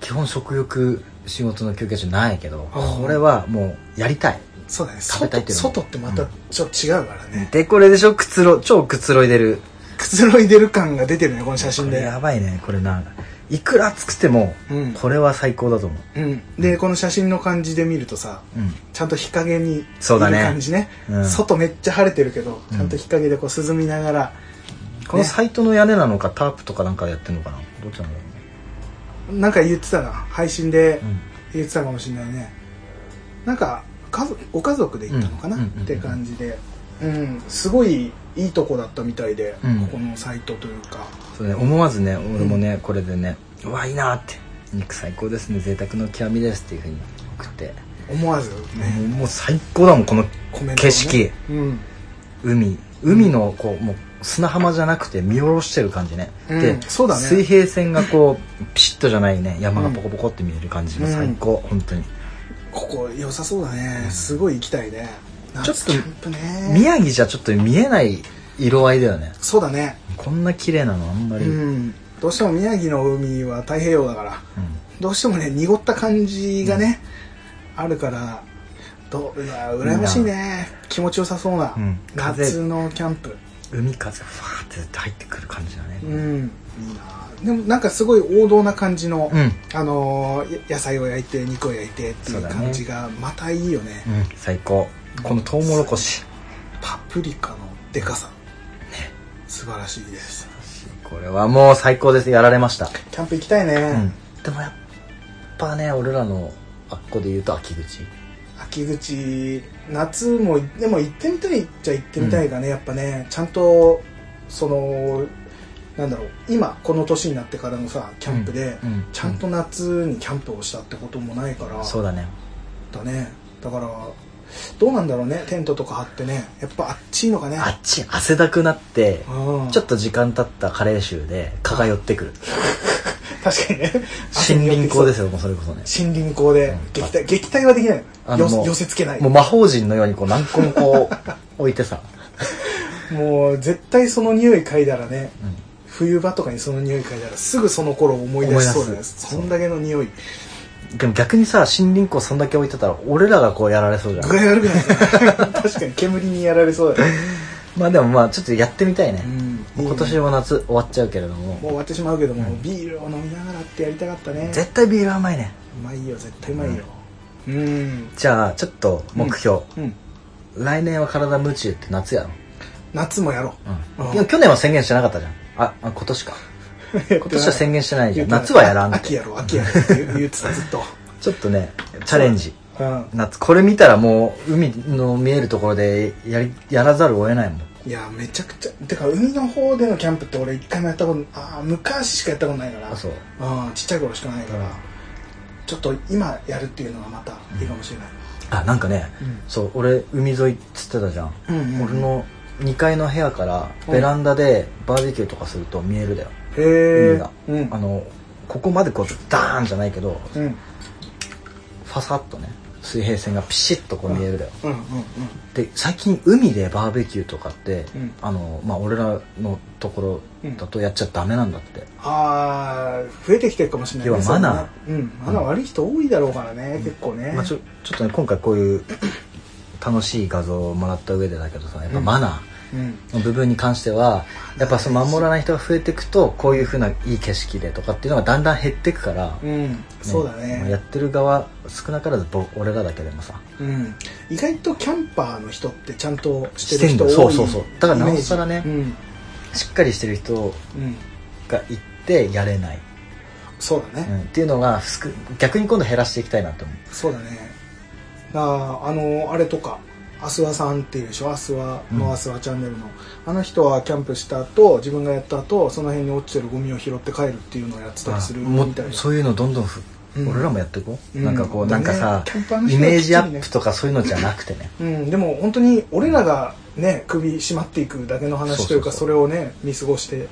[SPEAKER 2] 基本食欲仕事の休憩中ないけど
[SPEAKER 1] うん
[SPEAKER 2] これはもうやりたい
[SPEAKER 1] そうだね
[SPEAKER 2] 食べたいって
[SPEAKER 1] 外
[SPEAKER 2] いうのも
[SPEAKER 1] 外ってまたちょっと違うからね、
[SPEAKER 2] でこれでしょくつろ超くつろいでる
[SPEAKER 1] くつろいでる感が出てるねこの写
[SPEAKER 2] こ
[SPEAKER 1] 真
[SPEAKER 2] れ
[SPEAKER 1] で
[SPEAKER 2] やばいねこれなんかいくら作っても
[SPEAKER 1] うん
[SPEAKER 2] これは最高だと思う
[SPEAKER 1] うんでこの写真の感じで見るとさ
[SPEAKER 2] うん
[SPEAKER 1] ちゃんと日陰にいる
[SPEAKER 2] そうだね
[SPEAKER 1] 感じね
[SPEAKER 2] うん
[SPEAKER 1] 外めっちゃ晴れてるけど
[SPEAKER 2] うん
[SPEAKER 1] ちゃんと日陰でこう涼みながら、
[SPEAKER 2] このサイトの屋根なのかタープとかなんかやってんのかなどっちなんだろ
[SPEAKER 1] なんか言ってたな配信で
[SPEAKER 2] うね
[SPEAKER 1] 言ってたかもしれないねなんか家族ご家族で行ったのかな、
[SPEAKER 2] うんうんうんうん
[SPEAKER 1] って感じでうんすごいいいとこだったみたいで、
[SPEAKER 2] うん
[SPEAKER 1] ここのサイトというか
[SPEAKER 2] そうね思わずね俺もねこれでねうわいいなって肉最高ですね贅沢の極みですっていうふうに送って
[SPEAKER 1] 思わず
[SPEAKER 2] もう
[SPEAKER 1] ね
[SPEAKER 2] もう最高だもんこの
[SPEAKER 1] コメント、ね、
[SPEAKER 2] 景色
[SPEAKER 1] うん
[SPEAKER 2] 海海のこうもう砂浜じゃなくて見下ろしてる感じね、
[SPEAKER 1] うん
[SPEAKER 2] で
[SPEAKER 1] そうだね
[SPEAKER 2] 水平線がこうピシッとじゃないね山がボコボコって見える感じも最高、本当に
[SPEAKER 1] ここ良さそうだねすごい行きたいね
[SPEAKER 2] ちょっと
[SPEAKER 1] 夏キャンプね
[SPEAKER 2] 宮城じゃちょっと見えない色合いだよね
[SPEAKER 1] そうだね
[SPEAKER 2] こんな綺麗なのあんま
[SPEAKER 1] う
[SPEAKER 2] り、うん
[SPEAKER 1] んどうしても宮城の海は太平洋だからどうしてもね濁った感じがね、あるからどううわ羨ましいね気持ちよさそうな、
[SPEAKER 2] うん風
[SPEAKER 1] 夏のキャンプ
[SPEAKER 2] 海風がファーってずっと入ってくる感じだね
[SPEAKER 1] うんいいなでもなんかすごい王道な感じの、
[SPEAKER 2] うん、うん
[SPEAKER 1] あのーや野菜を焼いて肉を焼いてってい
[SPEAKER 2] そう
[SPEAKER 1] う
[SPEAKER 2] だね
[SPEAKER 1] 感じがまたいいよね
[SPEAKER 2] 最高このトウモロコシ
[SPEAKER 1] パプリカのでかさ、素晴らしいです
[SPEAKER 2] これはもう最高ですやられました、
[SPEAKER 1] キャンプ行きたいね、
[SPEAKER 2] うん、でもやっぱね俺らのあっこで言うと秋口
[SPEAKER 1] 秋口夏もでも行ってみたいっちゃ行ってみたいがね、やっぱねちゃんとそのなんだろう今この年になってからのさキャンプで、
[SPEAKER 2] うんうん
[SPEAKER 1] ちゃんと夏にキャンプをしたってこともないから、
[SPEAKER 2] そうだね
[SPEAKER 1] だねだからどうなんだろうねテントとか張ってねやっぱあっちいのかね
[SPEAKER 2] あっち汗だくなって
[SPEAKER 1] うん
[SPEAKER 2] ちょっと時間経った加齢臭で蚊が寄ってくる
[SPEAKER 1] 確かにね
[SPEAKER 2] 森林校ですすよもうそれこそね
[SPEAKER 1] 森林校で
[SPEAKER 2] うん
[SPEAKER 1] 撃退撃退はできない
[SPEAKER 2] あの
[SPEAKER 1] よ
[SPEAKER 2] もう
[SPEAKER 1] 寄せつけない
[SPEAKER 2] もう魔法陣のようにこう何個もこう置いてさ、
[SPEAKER 1] もう絶対その匂い嗅いだらね
[SPEAKER 2] うん
[SPEAKER 1] 冬場とかにその匂い嗅いだらすぐその頃を思い出しそう
[SPEAKER 2] 思い
[SPEAKER 1] で
[SPEAKER 2] 出
[SPEAKER 1] す
[SPEAKER 2] す
[SPEAKER 1] そんだけの匂い
[SPEAKER 2] でも逆にさ森林校そんだけ置いてたら俺らがこうやられそうじゃ
[SPEAKER 1] 具合
[SPEAKER 2] ん
[SPEAKER 1] 悪く ないか確かに煙にやられそうだね、
[SPEAKER 2] まあでもまあちょっとやってみたいね
[SPEAKER 1] う、ん、
[SPEAKER 2] も
[SPEAKER 1] い
[SPEAKER 2] う今
[SPEAKER 1] い
[SPEAKER 2] 年
[SPEAKER 1] ね
[SPEAKER 2] も夏終わっちゃうけれども
[SPEAKER 1] もう終わってしまうけども、ビールを飲みながらってやりたかったね
[SPEAKER 2] 絶対ビールはうまいね
[SPEAKER 1] うまいよ絶対うまいようん、
[SPEAKER 2] じゃあちょっと目標、
[SPEAKER 1] うん、
[SPEAKER 2] 来年は体夢中って夏やろ、
[SPEAKER 1] 夏もやろう
[SPEAKER 2] うん
[SPEAKER 1] うん
[SPEAKER 2] いや去年は宣言してなかったじゃんああ今年か今年は宣言してないじゃん夏はやらんって
[SPEAKER 1] 秋やろう秋やろうって言ってたずっと
[SPEAKER 2] ちょっとねチャレンジ
[SPEAKER 1] うん
[SPEAKER 2] 夏これ見たらもう海の見えるところでやりやらざるを得ないもん
[SPEAKER 1] いやめちゃくちゃてか海の方でのキャンプって俺一回もやったことああ昔しかやったことないから
[SPEAKER 2] あそう
[SPEAKER 1] うんちっちゃい頃しかないから、
[SPEAKER 2] うん
[SPEAKER 1] ちょっと今やるっていうのがまたいいかもしれない、
[SPEAKER 2] あなんかね、
[SPEAKER 1] うん
[SPEAKER 2] そう俺海沿いっつってたじゃん、
[SPEAKER 1] うんうんうん
[SPEAKER 2] 俺の2階の部屋からベランダでバーベキューとかすると見えるだよ、
[SPEAKER 1] へ
[SPEAKER 2] 海
[SPEAKER 1] え
[SPEAKER 2] が、
[SPEAKER 1] うん
[SPEAKER 2] あのここまでこうダーンじゃないけど
[SPEAKER 1] うんうん
[SPEAKER 2] ファサッとね水平線がピシッとこう見えるだよ、
[SPEAKER 1] うんうん
[SPEAKER 2] で最近海でバーベキューとかって、
[SPEAKER 1] うん
[SPEAKER 2] あのまあ俺らのところだとやっちゃダメなんだって、
[SPEAKER 1] ああ増えてきてるかもしれない、
[SPEAKER 2] 要は
[SPEAKER 1] そ
[SPEAKER 2] マナー
[SPEAKER 1] んなうんマナー悪い人多いだろうからね、結構ね、
[SPEAKER 2] まあ、ちょちょっとね今回こう いう楽しい画像をもらった上でだけどさやっぱマナ
[SPEAKER 1] うん
[SPEAKER 2] ーの部分に関してはやっぱその守らない人が増えていくとこういうふうないい景色でとかっていうのがだんだん減っていくから、ね
[SPEAKER 1] うん、そうだね、
[SPEAKER 2] まあやってる側少なからずぼ俺らだけでもさ
[SPEAKER 1] うん、意外とキャンパーの人ってちゃんとし
[SPEAKER 2] してて
[SPEAKER 1] る
[SPEAKER 2] ん
[SPEAKER 1] 人
[SPEAKER 2] の
[SPEAKER 1] 多い
[SPEAKER 2] そうそうそうだからなおさらね
[SPEAKER 1] イメージ
[SPEAKER 2] しっかりしてる人
[SPEAKER 1] うん、うん、
[SPEAKER 2] が行ってやれない、
[SPEAKER 1] そうだ
[SPEAKER 2] う
[SPEAKER 1] ね、
[SPEAKER 2] ん、っていうのが少逆に今度減らしていきたいなと思う
[SPEAKER 1] そうだねだあのあれとかアスワさんっていうでしょアスワ
[SPEAKER 2] う
[SPEAKER 1] の
[SPEAKER 2] ん
[SPEAKER 1] アスワチャンネルの、あの人はキャンプした後自分がやった後その辺に落ちてるゴミを拾って帰るっていうのをやってたりする
[SPEAKER 2] もう
[SPEAKER 1] みたいな
[SPEAKER 2] そういうのどんどんふ、
[SPEAKER 1] うん
[SPEAKER 2] 俺らもやっていこう、
[SPEAKER 1] うん
[SPEAKER 2] なんかこう、
[SPEAKER 1] で
[SPEAKER 2] な
[SPEAKER 1] も
[SPEAKER 2] ん
[SPEAKER 1] ね
[SPEAKER 2] かさ
[SPEAKER 1] キャンパーの人
[SPEAKER 2] イ
[SPEAKER 1] は
[SPEAKER 2] メージアッ
[SPEAKER 1] きっちりね
[SPEAKER 2] プとかそういうのじゃなくてね
[SPEAKER 1] うん、でも本当に俺らがね首絞まっていくだけの話というかそ
[SPEAKER 2] そう
[SPEAKER 1] れをね見過ごして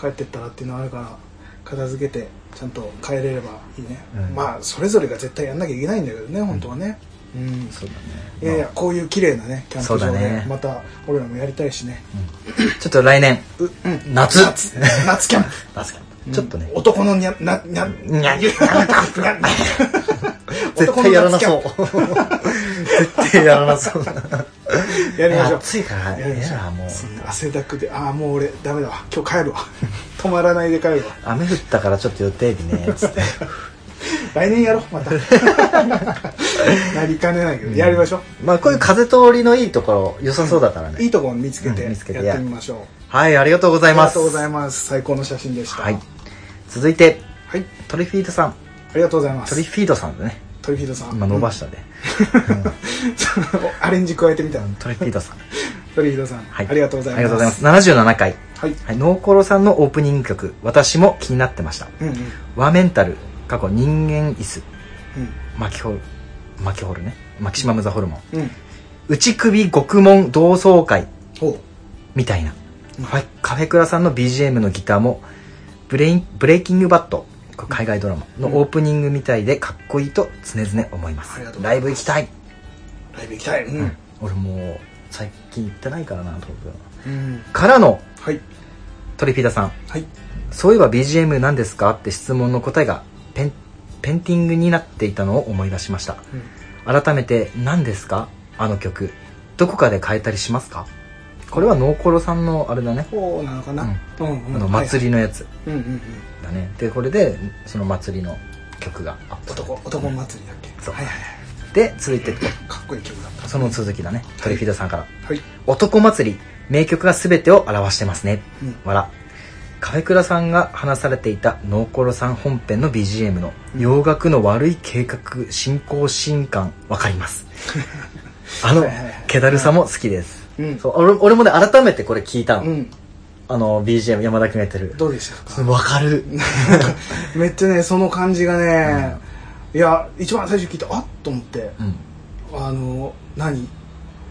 [SPEAKER 1] 帰ってったらっていうのはあるから片付けてちゃんと帰れればいいね、
[SPEAKER 2] うん
[SPEAKER 1] まあそれぞれが絶対やんなきゃいけないんだけどね本当はねうん、
[SPEAKER 2] そうだね
[SPEAKER 1] いやいやこういう綺麗なねキャンプ場
[SPEAKER 2] そう
[SPEAKER 1] で
[SPEAKER 2] だね
[SPEAKER 1] また俺らもやりたいしね
[SPEAKER 2] ちょっと来年
[SPEAKER 1] う、うん、
[SPEAKER 2] 夏
[SPEAKER 1] 夏 夏キャンプ
[SPEAKER 2] 確かにちょっとね、
[SPEAKER 1] 男のにゃなにゃ
[SPEAKER 2] に
[SPEAKER 1] にゃ
[SPEAKER 2] ゃ
[SPEAKER 1] にゃ
[SPEAKER 2] 絶対やらなそう
[SPEAKER 1] 男の夏
[SPEAKER 2] 絶対やらなそう
[SPEAKER 1] キャンプやりましょう
[SPEAKER 2] 暑いから
[SPEAKER 1] やりま
[SPEAKER 2] え
[SPEAKER 1] しょ
[SPEAKER 2] らもう
[SPEAKER 1] そんな汗だくでああもう俺ダメだわ今日帰るわ 止まらないで帰るわ
[SPEAKER 2] 雨降ったからちょっと予定日ねつって
[SPEAKER 1] 来年やろう またなりかねないけど、やりましょ
[SPEAKER 2] まあこういう風通りのいいところ良さそうだから
[SPEAKER 1] うい
[SPEAKER 2] ね
[SPEAKER 1] いとこを見つけて
[SPEAKER 2] うん見つけて
[SPEAKER 1] やってみましょう、
[SPEAKER 2] はいありがとうござ
[SPEAKER 1] あ
[SPEAKER 2] い
[SPEAKER 1] りが
[SPEAKER 2] ま
[SPEAKER 1] と
[SPEAKER 2] す
[SPEAKER 1] うございます最高の写真でした
[SPEAKER 2] はい続いて
[SPEAKER 1] はい
[SPEAKER 2] トリフィードさん
[SPEAKER 1] ありがとうございま
[SPEAKER 2] ト
[SPEAKER 1] す
[SPEAKER 2] リフィードさんだね
[SPEAKER 1] トリフィードさん
[SPEAKER 2] 今伸ばしたね、
[SPEAKER 1] うんアレンジ加えてみた
[SPEAKER 2] トリフィードさん
[SPEAKER 1] トリフィードさん、
[SPEAKER 2] はい。
[SPEAKER 1] ありがとうございます
[SPEAKER 2] ありがとうございます。77回。
[SPEAKER 1] はい
[SPEAKER 2] はい。ノーコロさんのオープニング曲、私も気になってました。
[SPEAKER 1] うんうんうん
[SPEAKER 2] ワメンタル、過去人間椅子、巻きホル、巻きホルね。マキシマムザホルモン。
[SPEAKER 1] うん
[SPEAKER 2] 内首獄門同窓会、
[SPEAKER 1] ほう
[SPEAKER 2] みたいな
[SPEAKER 1] うん。
[SPEAKER 2] はい。カフェクラさんの BGM のギターも、ブレインブレイキングバット、これ海外ドラマのオープニングみたいでかっこいいと常々思いま
[SPEAKER 1] あ
[SPEAKER 2] す,、
[SPEAKER 1] りがとうござ
[SPEAKER 2] ラ
[SPEAKER 1] い
[SPEAKER 2] イブ行きたい、
[SPEAKER 1] ライブ行きたいうん、
[SPEAKER 2] うん俺もう最近行ってないからな東京
[SPEAKER 1] うん、
[SPEAKER 2] からの
[SPEAKER 1] はい
[SPEAKER 2] トリフィーダさん
[SPEAKER 1] はい
[SPEAKER 2] そういえば BGM 何ですかって質問の答えがペンペンティングになっていたのを思い出しました
[SPEAKER 1] うん
[SPEAKER 2] 改めて何ですかあの曲どこかで変えたりしますかこれはノーコロさんのあれだね、
[SPEAKER 1] そうなのかな、うんうん
[SPEAKER 2] あの祭りのやつ
[SPEAKER 1] り、はいうんうんうん、
[SPEAKER 2] だねでこれでその祭りの曲がアップ
[SPEAKER 1] 男男祭りだっけ、
[SPEAKER 2] そう
[SPEAKER 1] はいはいはい
[SPEAKER 2] で続いて
[SPEAKER 1] かっこいい曲だった
[SPEAKER 2] その続きだねトリフィーダさんから
[SPEAKER 1] はい、
[SPEAKER 2] 「男祭り名曲が全てを表してますね」
[SPEAKER 1] うん
[SPEAKER 2] 笑カフェクラさんが話されていたノーコロさん本編の BGM の洋楽の悪い計画進行進感わかりますあの
[SPEAKER 1] はいはいはい
[SPEAKER 2] 気だるさも好きです
[SPEAKER 1] うん
[SPEAKER 2] そう俺俺もね改めてこれ聞いたの、
[SPEAKER 1] うん、
[SPEAKER 2] あの BGM 山田君がやってる
[SPEAKER 1] どうでしたか
[SPEAKER 2] わかる
[SPEAKER 1] めっちゃねその感じがね、いや一番最初聞いてあっと思って
[SPEAKER 2] うん
[SPEAKER 1] あの何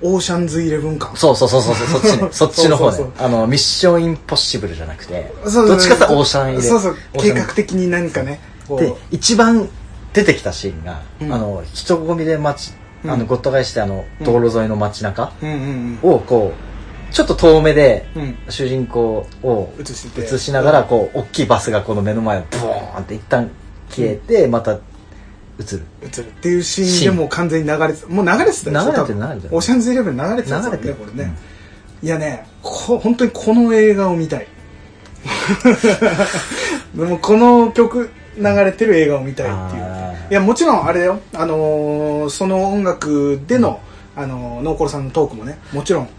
[SPEAKER 1] オーシャンズイレブン感
[SPEAKER 2] そうそうそうそうそうそっちねそっちの方 ね
[SPEAKER 1] そうそう
[SPEAKER 2] あのミッションインポッシブルじゃなくて
[SPEAKER 1] そうそう
[SPEAKER 2] どっちかっていうとオーシャン入れ
[SPEAKER 1] そうそう
[SPEAKER 2] オーシ
[SPEAKER 1] 計
[SPEAKER 2] ャン入れ
[SPEAKER 1] 画的に何かねこう
[SPEAKER 2] で一番出てきたシーンが、
[SPEAKER 1] うん
[SPEAKER 2] あの人混みで街あ
[SPEAKER 1] う
[SPEAKER 2] の
[SPEAKER 1] ん
[SPEAKER 2] ごった返してあの
[SPEAKER 1] うん
[SPEAKER 2] 道路沿いの街中
[SPEAKER 1] うんうん
[SPEAKER 2] をこうちょっと遠目で
[SPEAKER 1] うんうん
[SPEAKER 2] 主人公を
[SPEAKER 1] 映してて
[SPEAKER 2] 映しながらこう大きいバスがこの目の前をブーンって一旦消えてまた映る
[SPEAKER 1] 映るっていうシーンでもう完全に流れてもう流れてたでしょ
[SPEAKER 2] 流れてる
[SPEAKER 1] 多分
[SPEAKER 2] 流れてる
[SPEAKER 1] オーシャンズイレブン流れてたん
[SPEAKER 2] 流
[SPEAKER 1] で
[SPEAKER 2] れて
[SPEAKER 1] すよね
[SPEAKER 2] る
[SPEAKER 1] これね、いやねこ本当にこの映画を見たい でもこの曲流れてる映画を見たいっていう
[SPEAKER 2] あー
[SPEAKER 1] いやもちろんあれだよあのーその音楽での、あのーノーコロさんのトークもねもちろん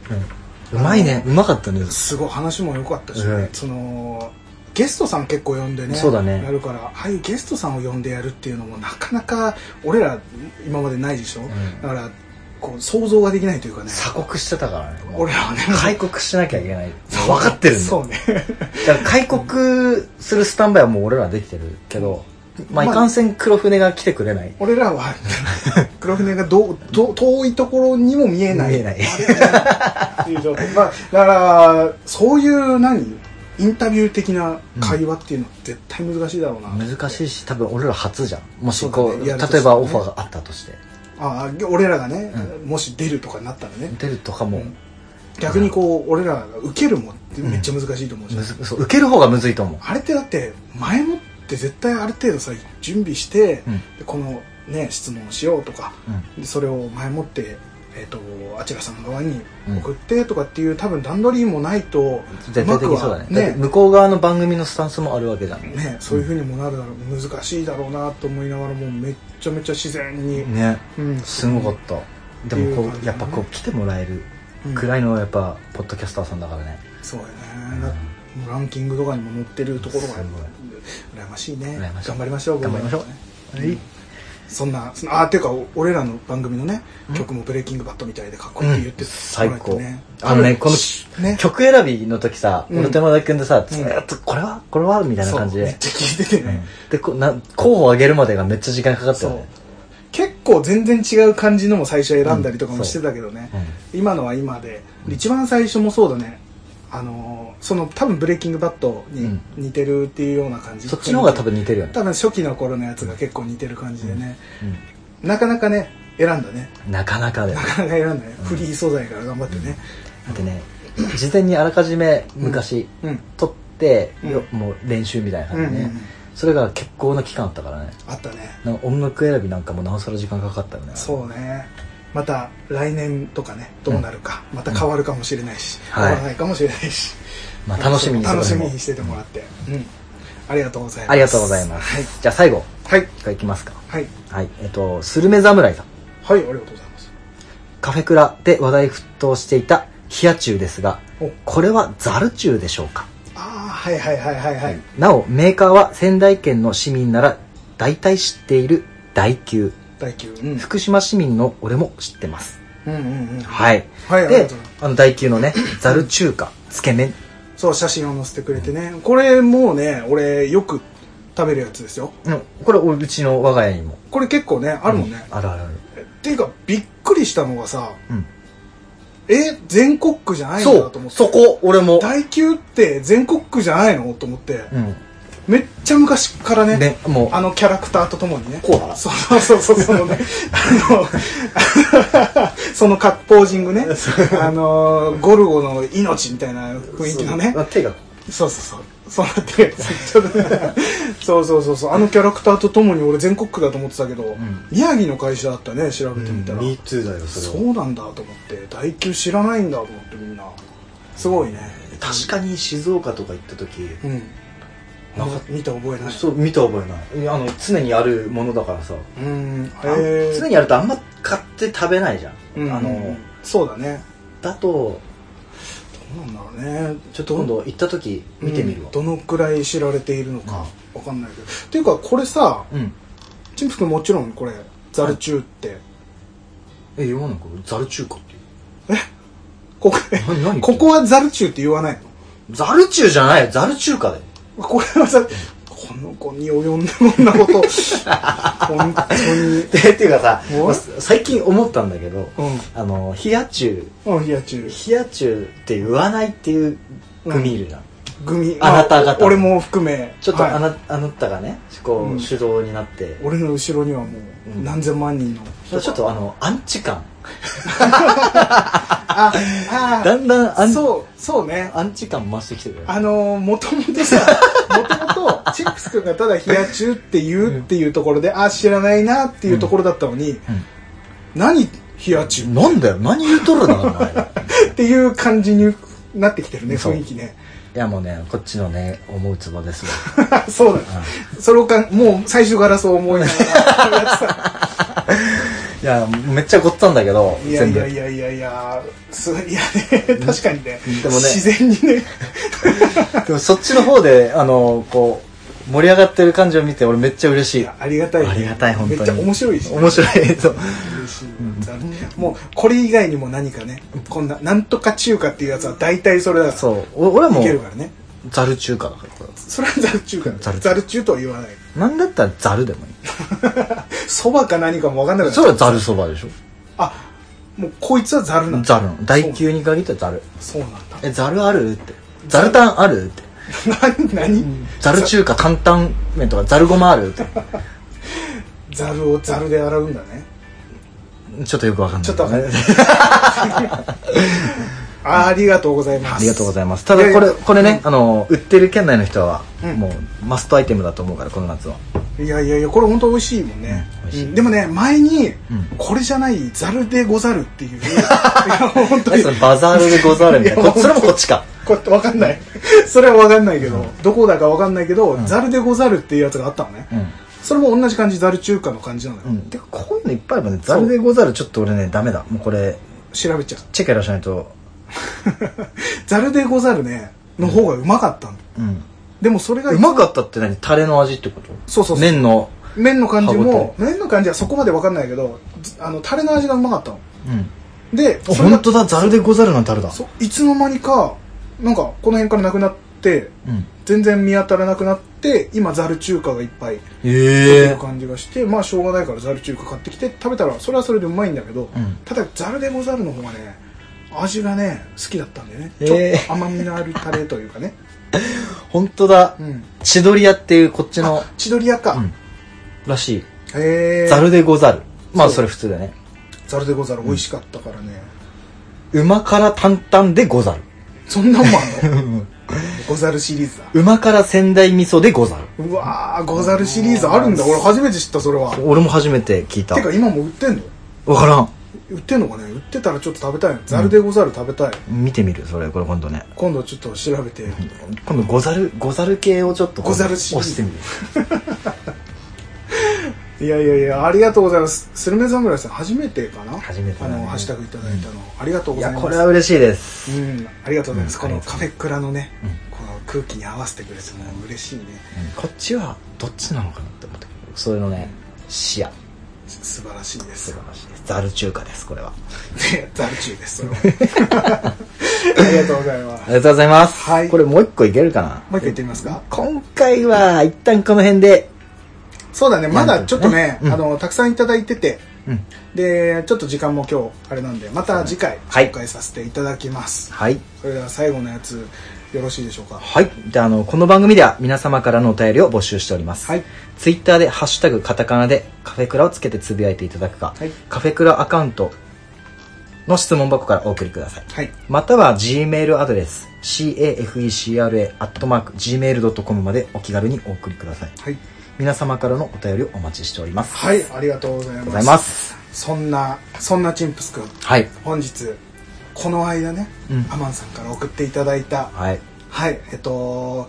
[SPEAKER 2] うんうまいねうまかったね
[SPEAKER 1] すごい話も良かったしね、
[SPEAKER 2] うん
[SPEAKER 1] そのゲストさん結構呼んでね
[SPEAKER 2] そうだね
[SPEAKER 1] やるからああいうゲストさんを呼んでやるっていうのもなかなか俺ら今までないでしょ、
[SPEAKER 2] ん
[SPEAKER 1] だからこう想像ができないというかね
[SPEAKER 2] 鎖国してたからねもう
[SPEAKER 1] 俺らはね
[SPEAKER 2] 開国しなきゃいけない分かってるんだよ
[SPEAKER 1] そうね
[SPEAKER 2] だから開国するスタンバイはもう俺らできてるけど、まあ、い
[SPEAKER 1] まあ
[SPEAKER 2] かんせん黒船が来てくれない。
[SPEAKER 1] 俺らは黒船がどうどう遠いところにも見えない
[SPEAKER 2] 見えない
[SPEAKER 1] あれだなっていう状態まあだからそういう何インタビュー的な会話っていうのは絶対難しいだろうな、
[SPEAKER 2] 難しいし、多分俺ら初じゃん。もしこ、
[SPEAKER 1] そううだねや
[SPEAKER 2] 例え
[SPEAKER 1] るとしたらね
[SPEAKER 2] ばオファーがあったとして。
[SPEAKER 1] ああ俺らがね、もし出るとかになったらね
[SPEAKER 2] 出るとかも、
[SPEAKER 1] うん逆にこう俺らが受けるもんってめっちゃ難しいと思うじゃん、
[SPEAKER 2] むずそう受ける方がむずいと思う。
[SPEAKER 1] あれってだって前もって絶対ある程度さ準備して、
[SPEAKER 2] うん
[SPEAKER 1] でこのね質問をしようとか
[SPEAKER 2] うん
[SPEAKER 1] でそれを前もってえっとあちらさん側に送ってとかっていう、多分段取りもないと
[SPEAKER 2] 絶対的にそうだね。
[SPEAKER 1] うまくは
[SPEAKER 2] だって向こう側の番組のスタンスもあるわけじゃん。ね。
[SPEAKER 1] ねそういうふうにもなるだろう難しいだろうなと思いながらもうめっちゃめちゃ自然に、うん
[SPEAKER 2] すごかった。でもこ
[SPEAKER 1] っていう感
[SPEAKER 2] う、
[SPEAKER 1] じ
[SPEAKER 2] や
[SPEAKER 1] だ
[SPEAKER 2] っ
[SPEAKER 1] ね
[SPEAKER 2] ぱこう来てもらえる
[SPEAKER 1] うん
[SPEAKER 2] くらいのやっぱ、ポッドキャスターさんだからね。
[SPEAKER 1] そうやね、だもうランキングとかにも載ってるところがやっぱ羨ましいね
[SPEAKER 2] 羨ましい
[SPEAKER 1] 頑張りましょう
[SPEAKER 2] 頑張りましょう
[SPEAKER 1] 僕らもねそんなそのあっていうかお俺らの番組のね曲も「ブレイキングバット」みたいでかっこいいって言って
[SPEAKER 2] 最
[SPEAKER 1] もら
[SPEAKER 2] 高
[SPEAKER 1] えてね
[SPEAKER 2] あのねこ
[SPEAKER 1] 多分
[SPEAKER 2] の
[SPEAKER 1] ね
[SPEAKER 2] 曲選びの時さ
[SPEAKER 1] うん
[SPEAKER 2] 俺と山田君でさずーっとこれはこれはみたいな
[SPEAKER 1] そう
[SPEAKER 2] 感じ
[SPEAKER 1] めっ
[SPEAKER 2] で
[SPEAKER 1] ちゃ聞いてて
[SPEAKER 2] うん
[SPEAKER 1] ね、
[SPEAKER 2] でこな候補を上げるまでがめっちゃ時間かかった
[SPEAKER 1] そ
[SPEAKER 2] よ
[SPEAKER 1] う
[SPEAKER 2] ね
[SPEAKER 1] 結構全然違う感じのも最初選んだりとかもしてたけどね、
[SPEAKER 2] うん
[SPEAKER 1] 今のは今で一番最初もそうだねあのーその多分「ブレイキングバット」に似てるっていうような感じ、
[SPEAKER 2] そっちの方が多分似てるよね
[SPEAKER 1] 多分初期の頃のやつが結構似てる感じでね、なかなかね選んだね
[SPEAKER 2] なかなかだよ
[SPEAKER 1] なかなか選んだね、フリー素材から頑張ってね
[SPEAKER 2] だってね事前にあらかじめ昔
[SPEAKER 1] うん
[SPEAKER 2] 撮って
[SPEAKER 1] うん
[SPEAKER 2] よもう練習みたいな
[SPEAKER 1] うんうん
[SPEAKER 2] 感じ
[SPEAKER 1] う
[SPEAKER 2] でね
[SPEAKER 1] ん
[SPEAKER 2] それが結構な期間あったからね
[SPEAKER 1] あったね
[SPEAKER 2] なんか音楽選びなんかもなおさら時間かかったよね
[SPEAKER 1] そうねまた来年とかねどうなるか、また変わるかもしれないし、
[SPEAKER 2] はい
[SPEAKER 1] 変わらないかもしれないし、
[SPEAKER 2] まあ楽しみにして
[SPEAKER 1] 楽
[SPEAKER 2] ます
[SPEAKER 1] しみにしててもらって、うん、ありがとうございます
[SPEAKER 2] ありがとうございますじゃあ最後
[SPEAKER 1] はい
[SPEAKER 2] 一回いきますか
[SPEAKER 1] はい
[SPEAKER 2] はいえっとスルメ侍さん
[SPEAKER 1] はいありがとうございます
[SPEAKER 2] カフェクラで話題沸騰していた冷や中ですが
[SPEAKER 1] お
[SPEAKER 2] これはザル中でしょうか、
[SPEAKER 1] ああはいはいはいはいはい、
[SPEAKER 2] なおメーカーは仙台県の市民なら大体知っている大級
[SPEAKER 1] 第9うん
[SPEAKER 2] 福島市民の俺も知ってます
[SPEAKER 1] うんうんうん
[SPEAKER 2] はい、
[SPEAKER 1] はいありがと
[SPEAKER 2] で
[SPEAKER 1] うございます
[SPEAKER 2] あの大級の ねザル中華つけ麺
[SPEAKER 1] そう写真を載せてくれてねこれもうね俺よく食べるやつですよ
[SPEAKER 2] うんこれうちの我が家にも
[SPEAKER 1] これ結構ねあるもんね、
[SPEAKER 2] あるあるある
[SPEAKER 1] っていうかびっくりしたのがさ
[SPEAKER 2] うん
[SPEAKER 1] え全国区じゃない
[SPEAKER 2] そ
[SPEAKER 1] のだと
[SPEAKER 2] う
[SPEAKER 1] 思って
[SPEAKER 2] そこ俺も
[SPEAKER 1] 大級って全国区じゃないのと思って、
[SPEAKER 2] うん
[SPEAKER 1] めっちゃ昔からね
[SPEAKER 2] ねもう
[SPEAKER 1] あのキャラクターとともにね
[SPEAKER 3] こうだな
[SPEAKER 1] そうそうそうそうそ のねあの その格ポージングねあのゴルゴの命みたいな雰囲気のね
[SPEAKER 3] そう手が
[SPEAKER 1] そうそうそうそうなってるやつちょっとねそうそうそうそうあのキャラクターとともに俺全国区だと思ってたけど、宮城の会社だったね調べてみたら、
[SPEAKER 3] ミートゥーだよそ
[SPEAKER 1] そ
[SPEAKER 3] れは
[SPEAKER 1] うなんだと思って第9知らないんだと思ってみんなすごいね
[SPEAKER 3] 確かに静岡とか行った時、
[SPEAKER 1] うん
[SPEAKER 3] なんか
[SPEAKER 1] 見た覚えない
[SPEAKER 3] そう見た覚えない
[SPEAKER 2] いやあの常にあるものだからさ、
[SPEAKER 1] うんへ
[SPEAKER 3] あ
[SPEAKER 1] え
[SPEAKER 3] 常にやるとあんま買って食べないじゃん、
[SPEAKER 1] うん
[SPEAKER 3] あの
[SPEAKER 1] そうだね
[SPEAKER 3] だと
[SPEAKER 1] どうなんだろうね
[SPEAKER 3] ちょっと今度行った時見てみるわ
[SPEAKER 1] うん、どのくらい知られているのかわかんないけどっていうかこれさ
[SPEAKER 2] うん
[SPEAKER 1] チンプ君もちろんこれザルチューって、
[SPEAKER 2] え言わないかザル中華っていう
[SPEAKER 1] ここ
[SPEAKER 2] 何何
[SPEAKER 1] ここはザルチューって言わない
[SPEAKER 3] ザル中じゃないよザル中華だよ
[SPEAKER 1] のこれはさこの子に及んでこんなこと 本当に
[SPEAKER 3] でっていうかさ
[SPEAKER 1] お
[SPEAKER 3] まあ最近思ったんだけど、
[SPEAKER 1] うん
[SPEAKER 3] あの冷や中
[SPEAKER 1] うん冷やチュー
[SPEAKER 3] 冷や中って言わないっていう組いるじゃん、
[SPEAKER 1] グミ
[SPEAKER 3] あなた方
[SPEAKER 1] まお俺も含め
[SPEAKER 3] ちょっと
[SPEAKER 1] はい
[SPEAKER 3] あな,、あなたがねこう、
[SPEAKER 1] うん
[SPEAKER 3] 主導になって
[SPEAKER 1] 俺の後ろにはも
[SPEAKER 3] う
[SPEAKER 1] うん何千万人の
[SPEAKER 3] ちょっとあのアンチ感
[SPEAKER 1] あ
[SPEAKER 3] だんだんアン
[SPEAKER 1] そうそうね
[SPEAKER 3] アンチ感増してきてるよ
[SPEAKER 1] あのー、もともとさ、もともと、チップス君がただ冷や中って言うっていうところで、あ、知らないなっていうところだったのに、何冷や中
[SPEAKER 3] なんだよ何言うとるのお 前い
[SPEAKER 1] っていう感じになってきてるね、
[SPEAKER 2] そう
[SPEAKER 1] 雰囲気ね。
[SPEAKER 2] やもうねこっちのね思うツボですわ
[SPEAKER 1] そうだ、ね。それをかん、もう最初からそう思いながらやってた。
[SPEAKER 2] いやめっちゃごったんだけど
[SPEAKER 1] いや
[SPEAKER 2] 全
[SPEAKER 1] い
[SPEAKER 2] 部
[SPEAKER 1] やいやいやいや、すいやね、確かにね、
[SPEAKER 2] でもね
[SPEAKER 1] 自然にね、
[SPEAKER 2] でもそっちの方であのこう盛り上がってる感じを見て俺めっちゃ嬉しい
[SPEAKER 1] ありがたい、ね。
[SPEAKER 2] ありがたい本当に
[SPEAKER 1] めっちゃ面白いし、
[SPEAKER 2] 面白いそう
[SPEAKER 1] 嬉しいもうこれ以外にも何かねこんななんとか中華っていうやつは大体それだ
[SPEAKER 2] そうお俺はも
[SPEAKER 1] いけるか
[SPEAKER 2] う
[SPEAKER 1] らね
[SPEAKER 2] ザル中華だからこれ
[SPEAKER 1] それはザル中華
[SPEAKER 2] ザル
[SPEAKER 1] ザル中とは言わない
[SPEAKER 2] なんだったらザルでもいい
[SPEAKER 1] そばか何かも分かんなくなっち
[SPEAKER 2] そ
[SPEAKER 1] ゃう
[SPEAKER 2] れはザルそばでしょ
[SPEAKER 1] あもうこいつはザルなんだ
[SPEAKER 2] ザルの第9に限ってはザル
[SPEAKER 1] そうなんだ
[SPEAKER 2] えザルあるってザルタンあるって
[SPEAKER 1] 何何
[SPEAKER 2] ザル中華担々麺とかザルごまあるって
[SPEAKER 1] ザルをザルで洗うんだね
[SPEAKER 2] ちょっとよくわかんない
[SPEAKER 1] ちょっと分か んないあありがとうございます
[SPEAKER 2] ありがとうございますただこ
[SPEAKER 1] い
[SPEAKER 2] れ
[SPEAKER 1] やいや
[SPEAKER 2] これねあの売ってる県内の人は
[SPEAKER 1] うん
[SPEAKER 2] もうマストアイテムだと思うからこの夏はい
[SPEAKER 1] やいやいやこれ本当美味しいもんね、
[SPEAKER 2] 美味しい
[SPEAKER 1] うんでもね前に、
[SPEAKER 2] ん
[SPEAKER 1] これじゃないザルでござるっていう いや本当
[SPEAKER 2] 何
[SPEAKER 1] に
[SPEAKER 2] そのバザールでござるみたい
[SPEAKER 1] いや
[SPEAKER 2] なこそれもこっちか
[SPEAKER 1] こうやって分かんない それは分かんないけど、どこだか分かんないけど、ザルでござるっていうやつがあったのね、
[SPEAKER 2] う
[SPEAKER 1] それも同じ感じザル中華の感じなのよ、
[SPEAKER 2] んうんてかこういうのいっぱいあるもんねザルでござるちょっと俺ねダメだもうこれ
[SPEAKER 1] 調べちゃう
[SPEAKER 2] チェックやらしないと
[SPEAKER 1] ザルでござるねの方がうまかったの
[SPEAKER 2] うん
[SPEAKER 1] でもそれが
[SPEAKER 2] うまかったって何タレの味ってこと
[SPEAKER 1] そうそうそう
[SPEAKER 2] 麺の
[SPEAKER 1] 麺の感じ
[SPEAKER 2] 歯応
[SPEAKER 1] も麺の感じはそこまで分かんないけどずあのタレの味がうまかったの
[SPEAKER 2] うん
[SPEAKER 1] で
[SPEAKER 2] あ
[SPEAKER 1] それが
[SPEAKER 2] 本当だザルでござるのタレだ
[SPEAKER 1] そういつの間にかなんかこの辺からなくなって
[SPEAKER 2] うん
[SPEAKER 1] 全然見当たらなくなって今ザル中華がいっぱいってい
[SPEAKER 2] ええ
[SPEAKER 1] う感じがして、まあしょうがないからザル中華買ってきて食べたらそれはそれでうまいんだけど、
[SPEAKER 2] ん
[SPEAKER 1] ただザルでござるの方がね味がね好きだったんだよね、
[SPEAKER 2] へー
[SPEAKER 1] ちょっと甘みのあるタレというかね、
[SPEAKER 2] 本当だ
[SPEAKER 1] うん、
[SPEAKER 2] 千鳥屋っていうこっちの
[SPEAKER 1] 千鳥屋か、
[SPEAKER 2] うんらしい
[SPEAKER 1] へえ
[SPEAKER 2] ざるでござるまあ
[SPEAKER 1] そう
[SPEAKER 2] それ普通だね
[SPEAKER 1] ザルでござる美味しかったからね、
[SPEAKER 2] うま辛担々でござる
[SPEAKER 1] そんなもんあ んのござるシリーズだ
[SPEAKER 2] うま辛仙台味噌でござる
[SPEAKER 1] うわーござるシリーズあるんだ俺初めて知ったそれは
[SPEAKER 2] 俺も初めて聞いた
[SPEAKER 1] てか今も売ってんの
[SPEAKER 2] わからん
[SPEAKER 1] 売ってんのかね売ってたらちょっと食べたいのザルでござる食べたい、
[SPEAKER 2] 見てみるそれこれ今度ね
[SPEAKER 1] 今度ちょっと調べて
[SPEAKER 2] 今度ござるござる系をちょっと
[SPEAKER 1] ござる
[SPEAKER 2] 押
[SPEAKER 1] シリーズ
[SPEAKER 2] してみる
[SPEAKER 1] いやいやいや、ありがとうございます。スルメ侍さん、初めてかな
[SPEAKER 2] 初めてだ
[SPEAKER 1] あ
[SPEAKER 2] ね
[SPEAKER 1] の、ハッシュタグいただいたの、ありがとう
[SPEAKER 2] い
[SPEAKER 1] ござ
[SPEAKER 2] や
[SPEAKER 1] います。
[SPEAKER 2] これは嬉しいです
[SPEAKER 1] うん、ありがとうございます。
[SPEAKER 2] うん
[SPEAKER 1] こ
[SPEAKER 2] あ
[SPEAKER 1] の
[SPEAKER 2] りがと
[SPEAKER 1] カ
[SPEAKER 2] う
[SPEAKER 1] フェクラのね、この空気に合わせてくれても嬉しいね。
[SPEAKER 2] こっちはどっちなのかなって思ったけどそういうのね視野
[SPEAKER 1] す素晴らしいで
[SPEAKER 2] 素
[SPEAKER 1] す
[SPEAKER 2] 晴。らしいですざる中華ですこれは
[SPEAKER 1] でザル中です。そ れはありがとうございま
[SPEAKER 2] あ
[SPEAKER 1] す。
[SPEAKER 2] りがとうございます、
[SPEAKER 1] はい
[SPEAKER 2] これもう一個いけるかな
[SPEAKER 1] もう一回言ってみますか
[SPEAKER 2] 今回は一旦この辺で
[SPEAKER 1] そうだね、まだちょっとね、
[SPEAKER 2] うん
[SPEAKER 1] あの、たくさんいただいてて、
[SPEAKER 2] うん
[SPEAKER 1] で、ちょっと時間も今日、あれなんで、また次回、
[SPEAKER 2] はい
[SPEAKER 1] 紹介させていただきます。
[SPEAKER 2] はい
[SPEAKER 1] それでは最後のやつよろしいでしょうか
[SPEAKER 2] はい。で、あの、この番組では皆様からのお便りを募集しております。
[SPEAKER 1] はい。
[SPEAKER 2] ツイッターで、ハッシュタグ、カタカナで、カフェクラをつけてつぶやいていただくか、
[SPEAKER 1] はい
[SPEAKER 2] カフェクラアカウントの質問箱からお送りください。
[SPEAKER 1] はい
[SPEAKER 2] または Gmail アドレス cafecra.gmail.com までお気軽にお送りください
[SPEAKER 1] はい、
[SPEAKER 2] 皆様からのお便りをお待ちしております
[SPEAKER 1] はい、ありがとうございます
[SPEAKER 2] ございます
[SPEAKER 1] そんなそんなチンプスくん
[SPEAKER 2] はい
[SPEAKER 1] 本日この間ね、
[SPEAKER 2] うん
[SPEAKER 1] アマンさんから送っていただいた
[SPEAKER 2] はい
[SPEAKER 1] はいえっと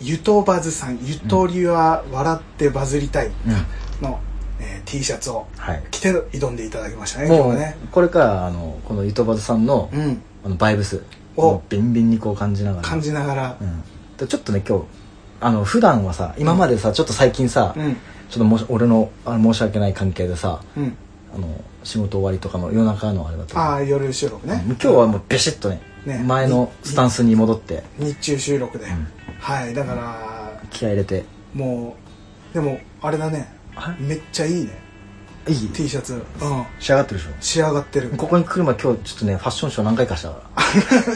[SPEAKER 1] ゆとバズさん「ゆとりは笑ってバズりたい
[SPEAKER 2] うん
[SPEAKER 1] の」えー T シャツを
[SPEAKER 2] はい
[SPEAKER 1] 着て挑んでいただきましたね今日
[SPEAKER 2] も
[SPEAKER 1] は
[SPEAKER 2] う
[SPEAKER 1] ね
[SPEAKER 2] これからあのこのゆとばずさんの,、
[SPEAKER 1] うん
[SPEAKER 2] あのバイブス
[SPEAKER 1] お
[SPEAKER 2] をビンビンにこう感じながら
[SPEAKER 1] 感じながら
[SPEAKER 2] うんでちょっとね今日あの普段はさ今までさちょっと最近さ、
[SPEAKER 1] うん
[SPEAKER 2] ちょっともし俺のあの申し訳ない関係でさ
[SPEAKER 1] うん
[SPEAKER 2] あの仕事終わりとかの夜中のあれだったから
[SPEAKER 1] ああ夜収録ね
[SPEAKER 2] 今日はもうビシッとね
[SPEAKER 1] ね
[SPEAKER 2] 前のスタンスに戻って
[SPEAKER 1] 日中収録で、
[SPEAKER 2] ん
[SPEAKER 1] はいだから
[SPEAKER 2] 気合い入れて
[SPEAKER 1] もうでもあれだね
[SPEAKER 2] あ
[SPEAKER 1] めっちゃいいね
[SPEAKER 2] いい
[SPEAKER 1] T シャツうん
[SPEAKER 2] 仕上がってるでし
[SPEAKER 1] 仕上がってる
[SPEAKER 2] ょここに来る前今日ちょっとねファッションショー何回かしたか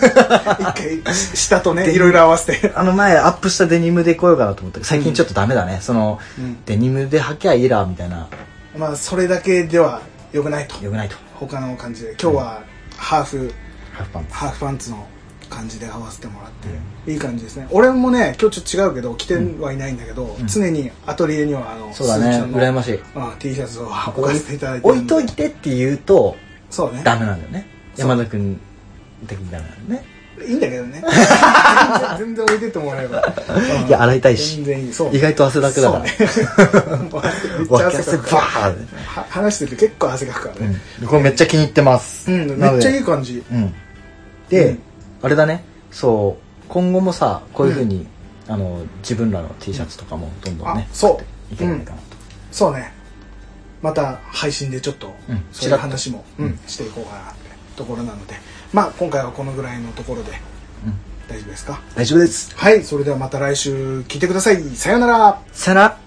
[SPEAKER 2] ら
[SPEAKER 1] 一回し下とねいろいろ合わせて
[SPEAKER 2] あの前アップしたデニムで来ようかなと思ったけど最近ちょっとダメだね、その、
[SPEAKER 1] うん
[SPEAKER 2] デニムで履きゃいいらみたいな
[SPEAKER 1] まあそれだけでは良くないと
[SPEAKER 2] よくないと
[SPEAKER 1] 他の感じで今日はハーフ
[SPEAKER 2] ハーフパンツ
[SPEAKER 1] ハーフパンツの感じで合わせてもらって、いい感じですね俺もね今日ちょっと違うけど着てはいないんだけど、常にアトリエにはあの
[SPEAKER 2] そうだね
[SPEAKER 1] 鈴木さ
[SPEAKER 2] 羨
[SPEAKER 1] んの
[SPEAKER 2] ましい
[SPEAKER 1] うん T シャツを置かせていただいてる
[SPEAKER 2] 置
[SPEAKER 1] ん
[SPEAKER 2] い
[SPEAKER 1] で
[SPEAKER 2] といてって言うと
[SPEAKER 1] そうね
[SPEAKER 2] ダメなんだよね
[SPEAKER 1] そう
[SPEAKER 2] 山田君的にダメなんだよね
[SPEAKER 1] いいんだけど ね全然全然置いてってもらえばうん
[SPEAKER 2] いや洗いたいし
[SPEAKER 1] 全然いいそう
[SPEAKER 2] 意外と汗だくだから、
[SPEAKER 1] そう ねもうめっちゃ
[SPEAKER 2] 脇
[SPEAKER 1] 汗か
[SPEAKER 2] 汗バ
[SPEAKER 1] くから
[SPEAKER 2] ーン
[SPEAKER 1] は話してると結構汗かくからね、
[SPEAKER 2] うんこれめっちゃ気に入ってます、
[SPEAKER 1] うんめ
[SPEAKER 2] なの
[SPEAKER 1] っ
[SPEAKER 2] で
[SPEAKER 1] ちゃいい感じ
[SPEAKER 2] うん、で、
[SPEAKER 1] うん
[SPEAKER 2] あれだねそう今後もさこういうふうに、あの自分らの T シャツとかもどんどんね
[SPEAKER 1] あそう
[SPEAKER 2] いけないかなと、
[SPEAKER 1] そうねまた配信でちょっと
[SPEAKER 2] うん
[SPEAKER 1] そういう話も、
[SPEAKER 2] うん
[SPEAKER 1] うんしていこうかなってところなのでまあ今回はこのぐらいのところで
[SPEAKER 2] うん
[SPEAKER 1] 大丈夫ですか
[SPEAKER 2] 大丈夫です
[SPEAKER 1] はいそれではまた来週聞いてくださいさようなら
[SPEAKER 2] さよなら